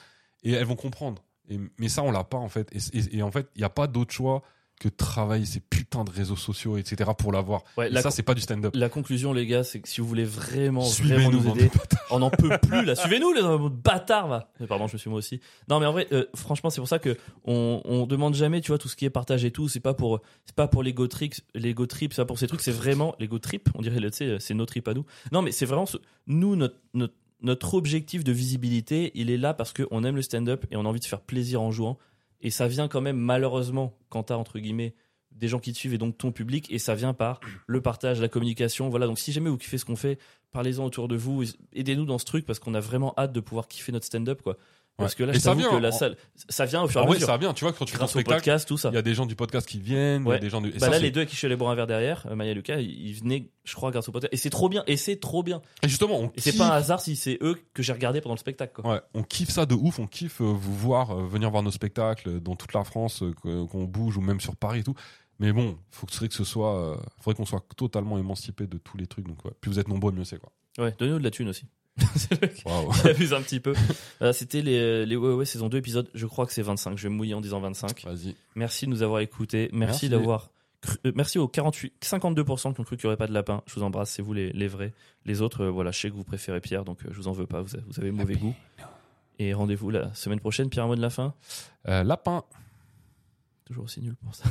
Speaker 2: Et elles vont comprendre. Et- mais ça on l'a pas en fait. Et, et- et en fait il n'y a pas d'autre choix que de travailler ces putains de réseaux sociaux, etc. pour l'avoir.
Speaker 1: Ouais,
Speaker 2: Et
Speaker 1: la,
Speaker 2: ça c'est pas du stand-up.
Speaker 1: la conclusion, les gars, c'est que si vous voulez vraiment, vraiment
Speaker 2: Suivez-nous, hein.
Speaker 1: nous
Speaker 2: bande
Speaker 1: aider,
Speaker 2: de bâtards.
Speaker 1: on n'en peut plus là. Suivez-nous, les euh, bâtards, va. Mais Pardon, je me suis moi aussi. Non, mais en vrai, euh, franchement, c'est pour ça que on, on demande jamais, tu vois, tout ce qui est partage et tout. C'est pas pour, c'est pas pour les go tricks, les go trips, ça pour ces trucs. C'est vraiment les go trips. On dirait, tu sais, c'est nos trips à nous. Non, mais c'est vraiment ce- nous notre notre notre objectif de visibilité, il est là parce qu'on aime le stand-up et on a envie de faire plaisir en jouant. Et ça vient quand même, malheureusement, quand t'as, entre guillemets, des gens qui te suivent et donc ton public, et ça vient par le partage, la communication. Voilà, donc si jamais vous kiffez ce qu'on fait, parlez-en autour de vous, aidez-nous dans ce truc parce qu'on a vraiment hâte de pouvoir kiffer notre stand-up, quoi. Parce
Speaker 2: Ouais.
Speaker 1: que là,
Speaker 2: Et
Speaker 1: je
Speaker 2: ça
Speaker 1: t'avoue
Speaker 2: vient,
Speaker 1: que la
Speaker 2: en-
Speaker 1: salle, ça vient au fur et
Speaker 2: En
Speaker 1: à
Speaker 2: vrai
Speaker 1: mesure.
Speaker 2: ça vient, tu vois, quand tu fais un
Speaker 1: grâce au
Speaker 2: spectacle,
Speaker 1: podcast, tout ça.
Speaker 2: il y a des gens du podcast qui viennent, il y
Speaker 1: Ouais.
Speaker 2: a des gens du. et
Speaker 1: Bah
Speaker 2: ça,
Speaker 1: là,
Speaker 2: c'est-
Speaker 1: les deux qui chez les boire un verre derrière, euh, Maya et Lucas, ils ils venaient, je crois, grâce au podcast. Et c'est trop bien, et c'est trop bien.
Speaker 2: Et justement, on
Speaker 1: Et c'est
Speaker 2: kiffe
Speaker 1: pas un hasard si c'est eux que j'ai regardé pendant le spectacle, quoi.
Speaker 2: Ouais, on kiffe ça de ouf, on kiffe euh, vous voir, euh, venir voir nos spectacles euh, dans toute la France, euh, que- qu'on bouge ou même sur Paris et tout. Mais bon, faut que, que ce soit, euh, faudrait qu'on soit totalement émancipé de tous les trucs. Donc, ouais. Plus vous êtes nombreux, mieux c'est quoi.
Speaker 1: Ouais, donnez-nous de la thune aussi.
Speaker 2: Waouh.
Speaker 1: Abuse un petit peu. Voilà, c'était les, les ouais, ouais, saison 2 épisode, je crois que c'est 25, je vais me mouiller en disant 25.
Speaker 2: Vas-y.
Speaker 1: Merci de nous avoir écoutés. Merci,
Speaker 2: Merci.
Speaker 1: d'avoir. cru- euh, Merci aux 48, 52% qui ont cru qu'il n'y aurait pas de lapin. Je vous embrasse, c'est vous les, les vrais. Les autres, euh, voilà, je sais que vous préférez Pierre, donc euh, je vous en veux pas, vous, avez- vous avez
Speaker 2: Ah
Speaker 1: mauvais goût. Et rendez-vous la semaine prochaine, Pierre, un mot de la fin.
Speaker 2: Euh, lapin.
Speaker 1: Toujours aussi nul pour ça.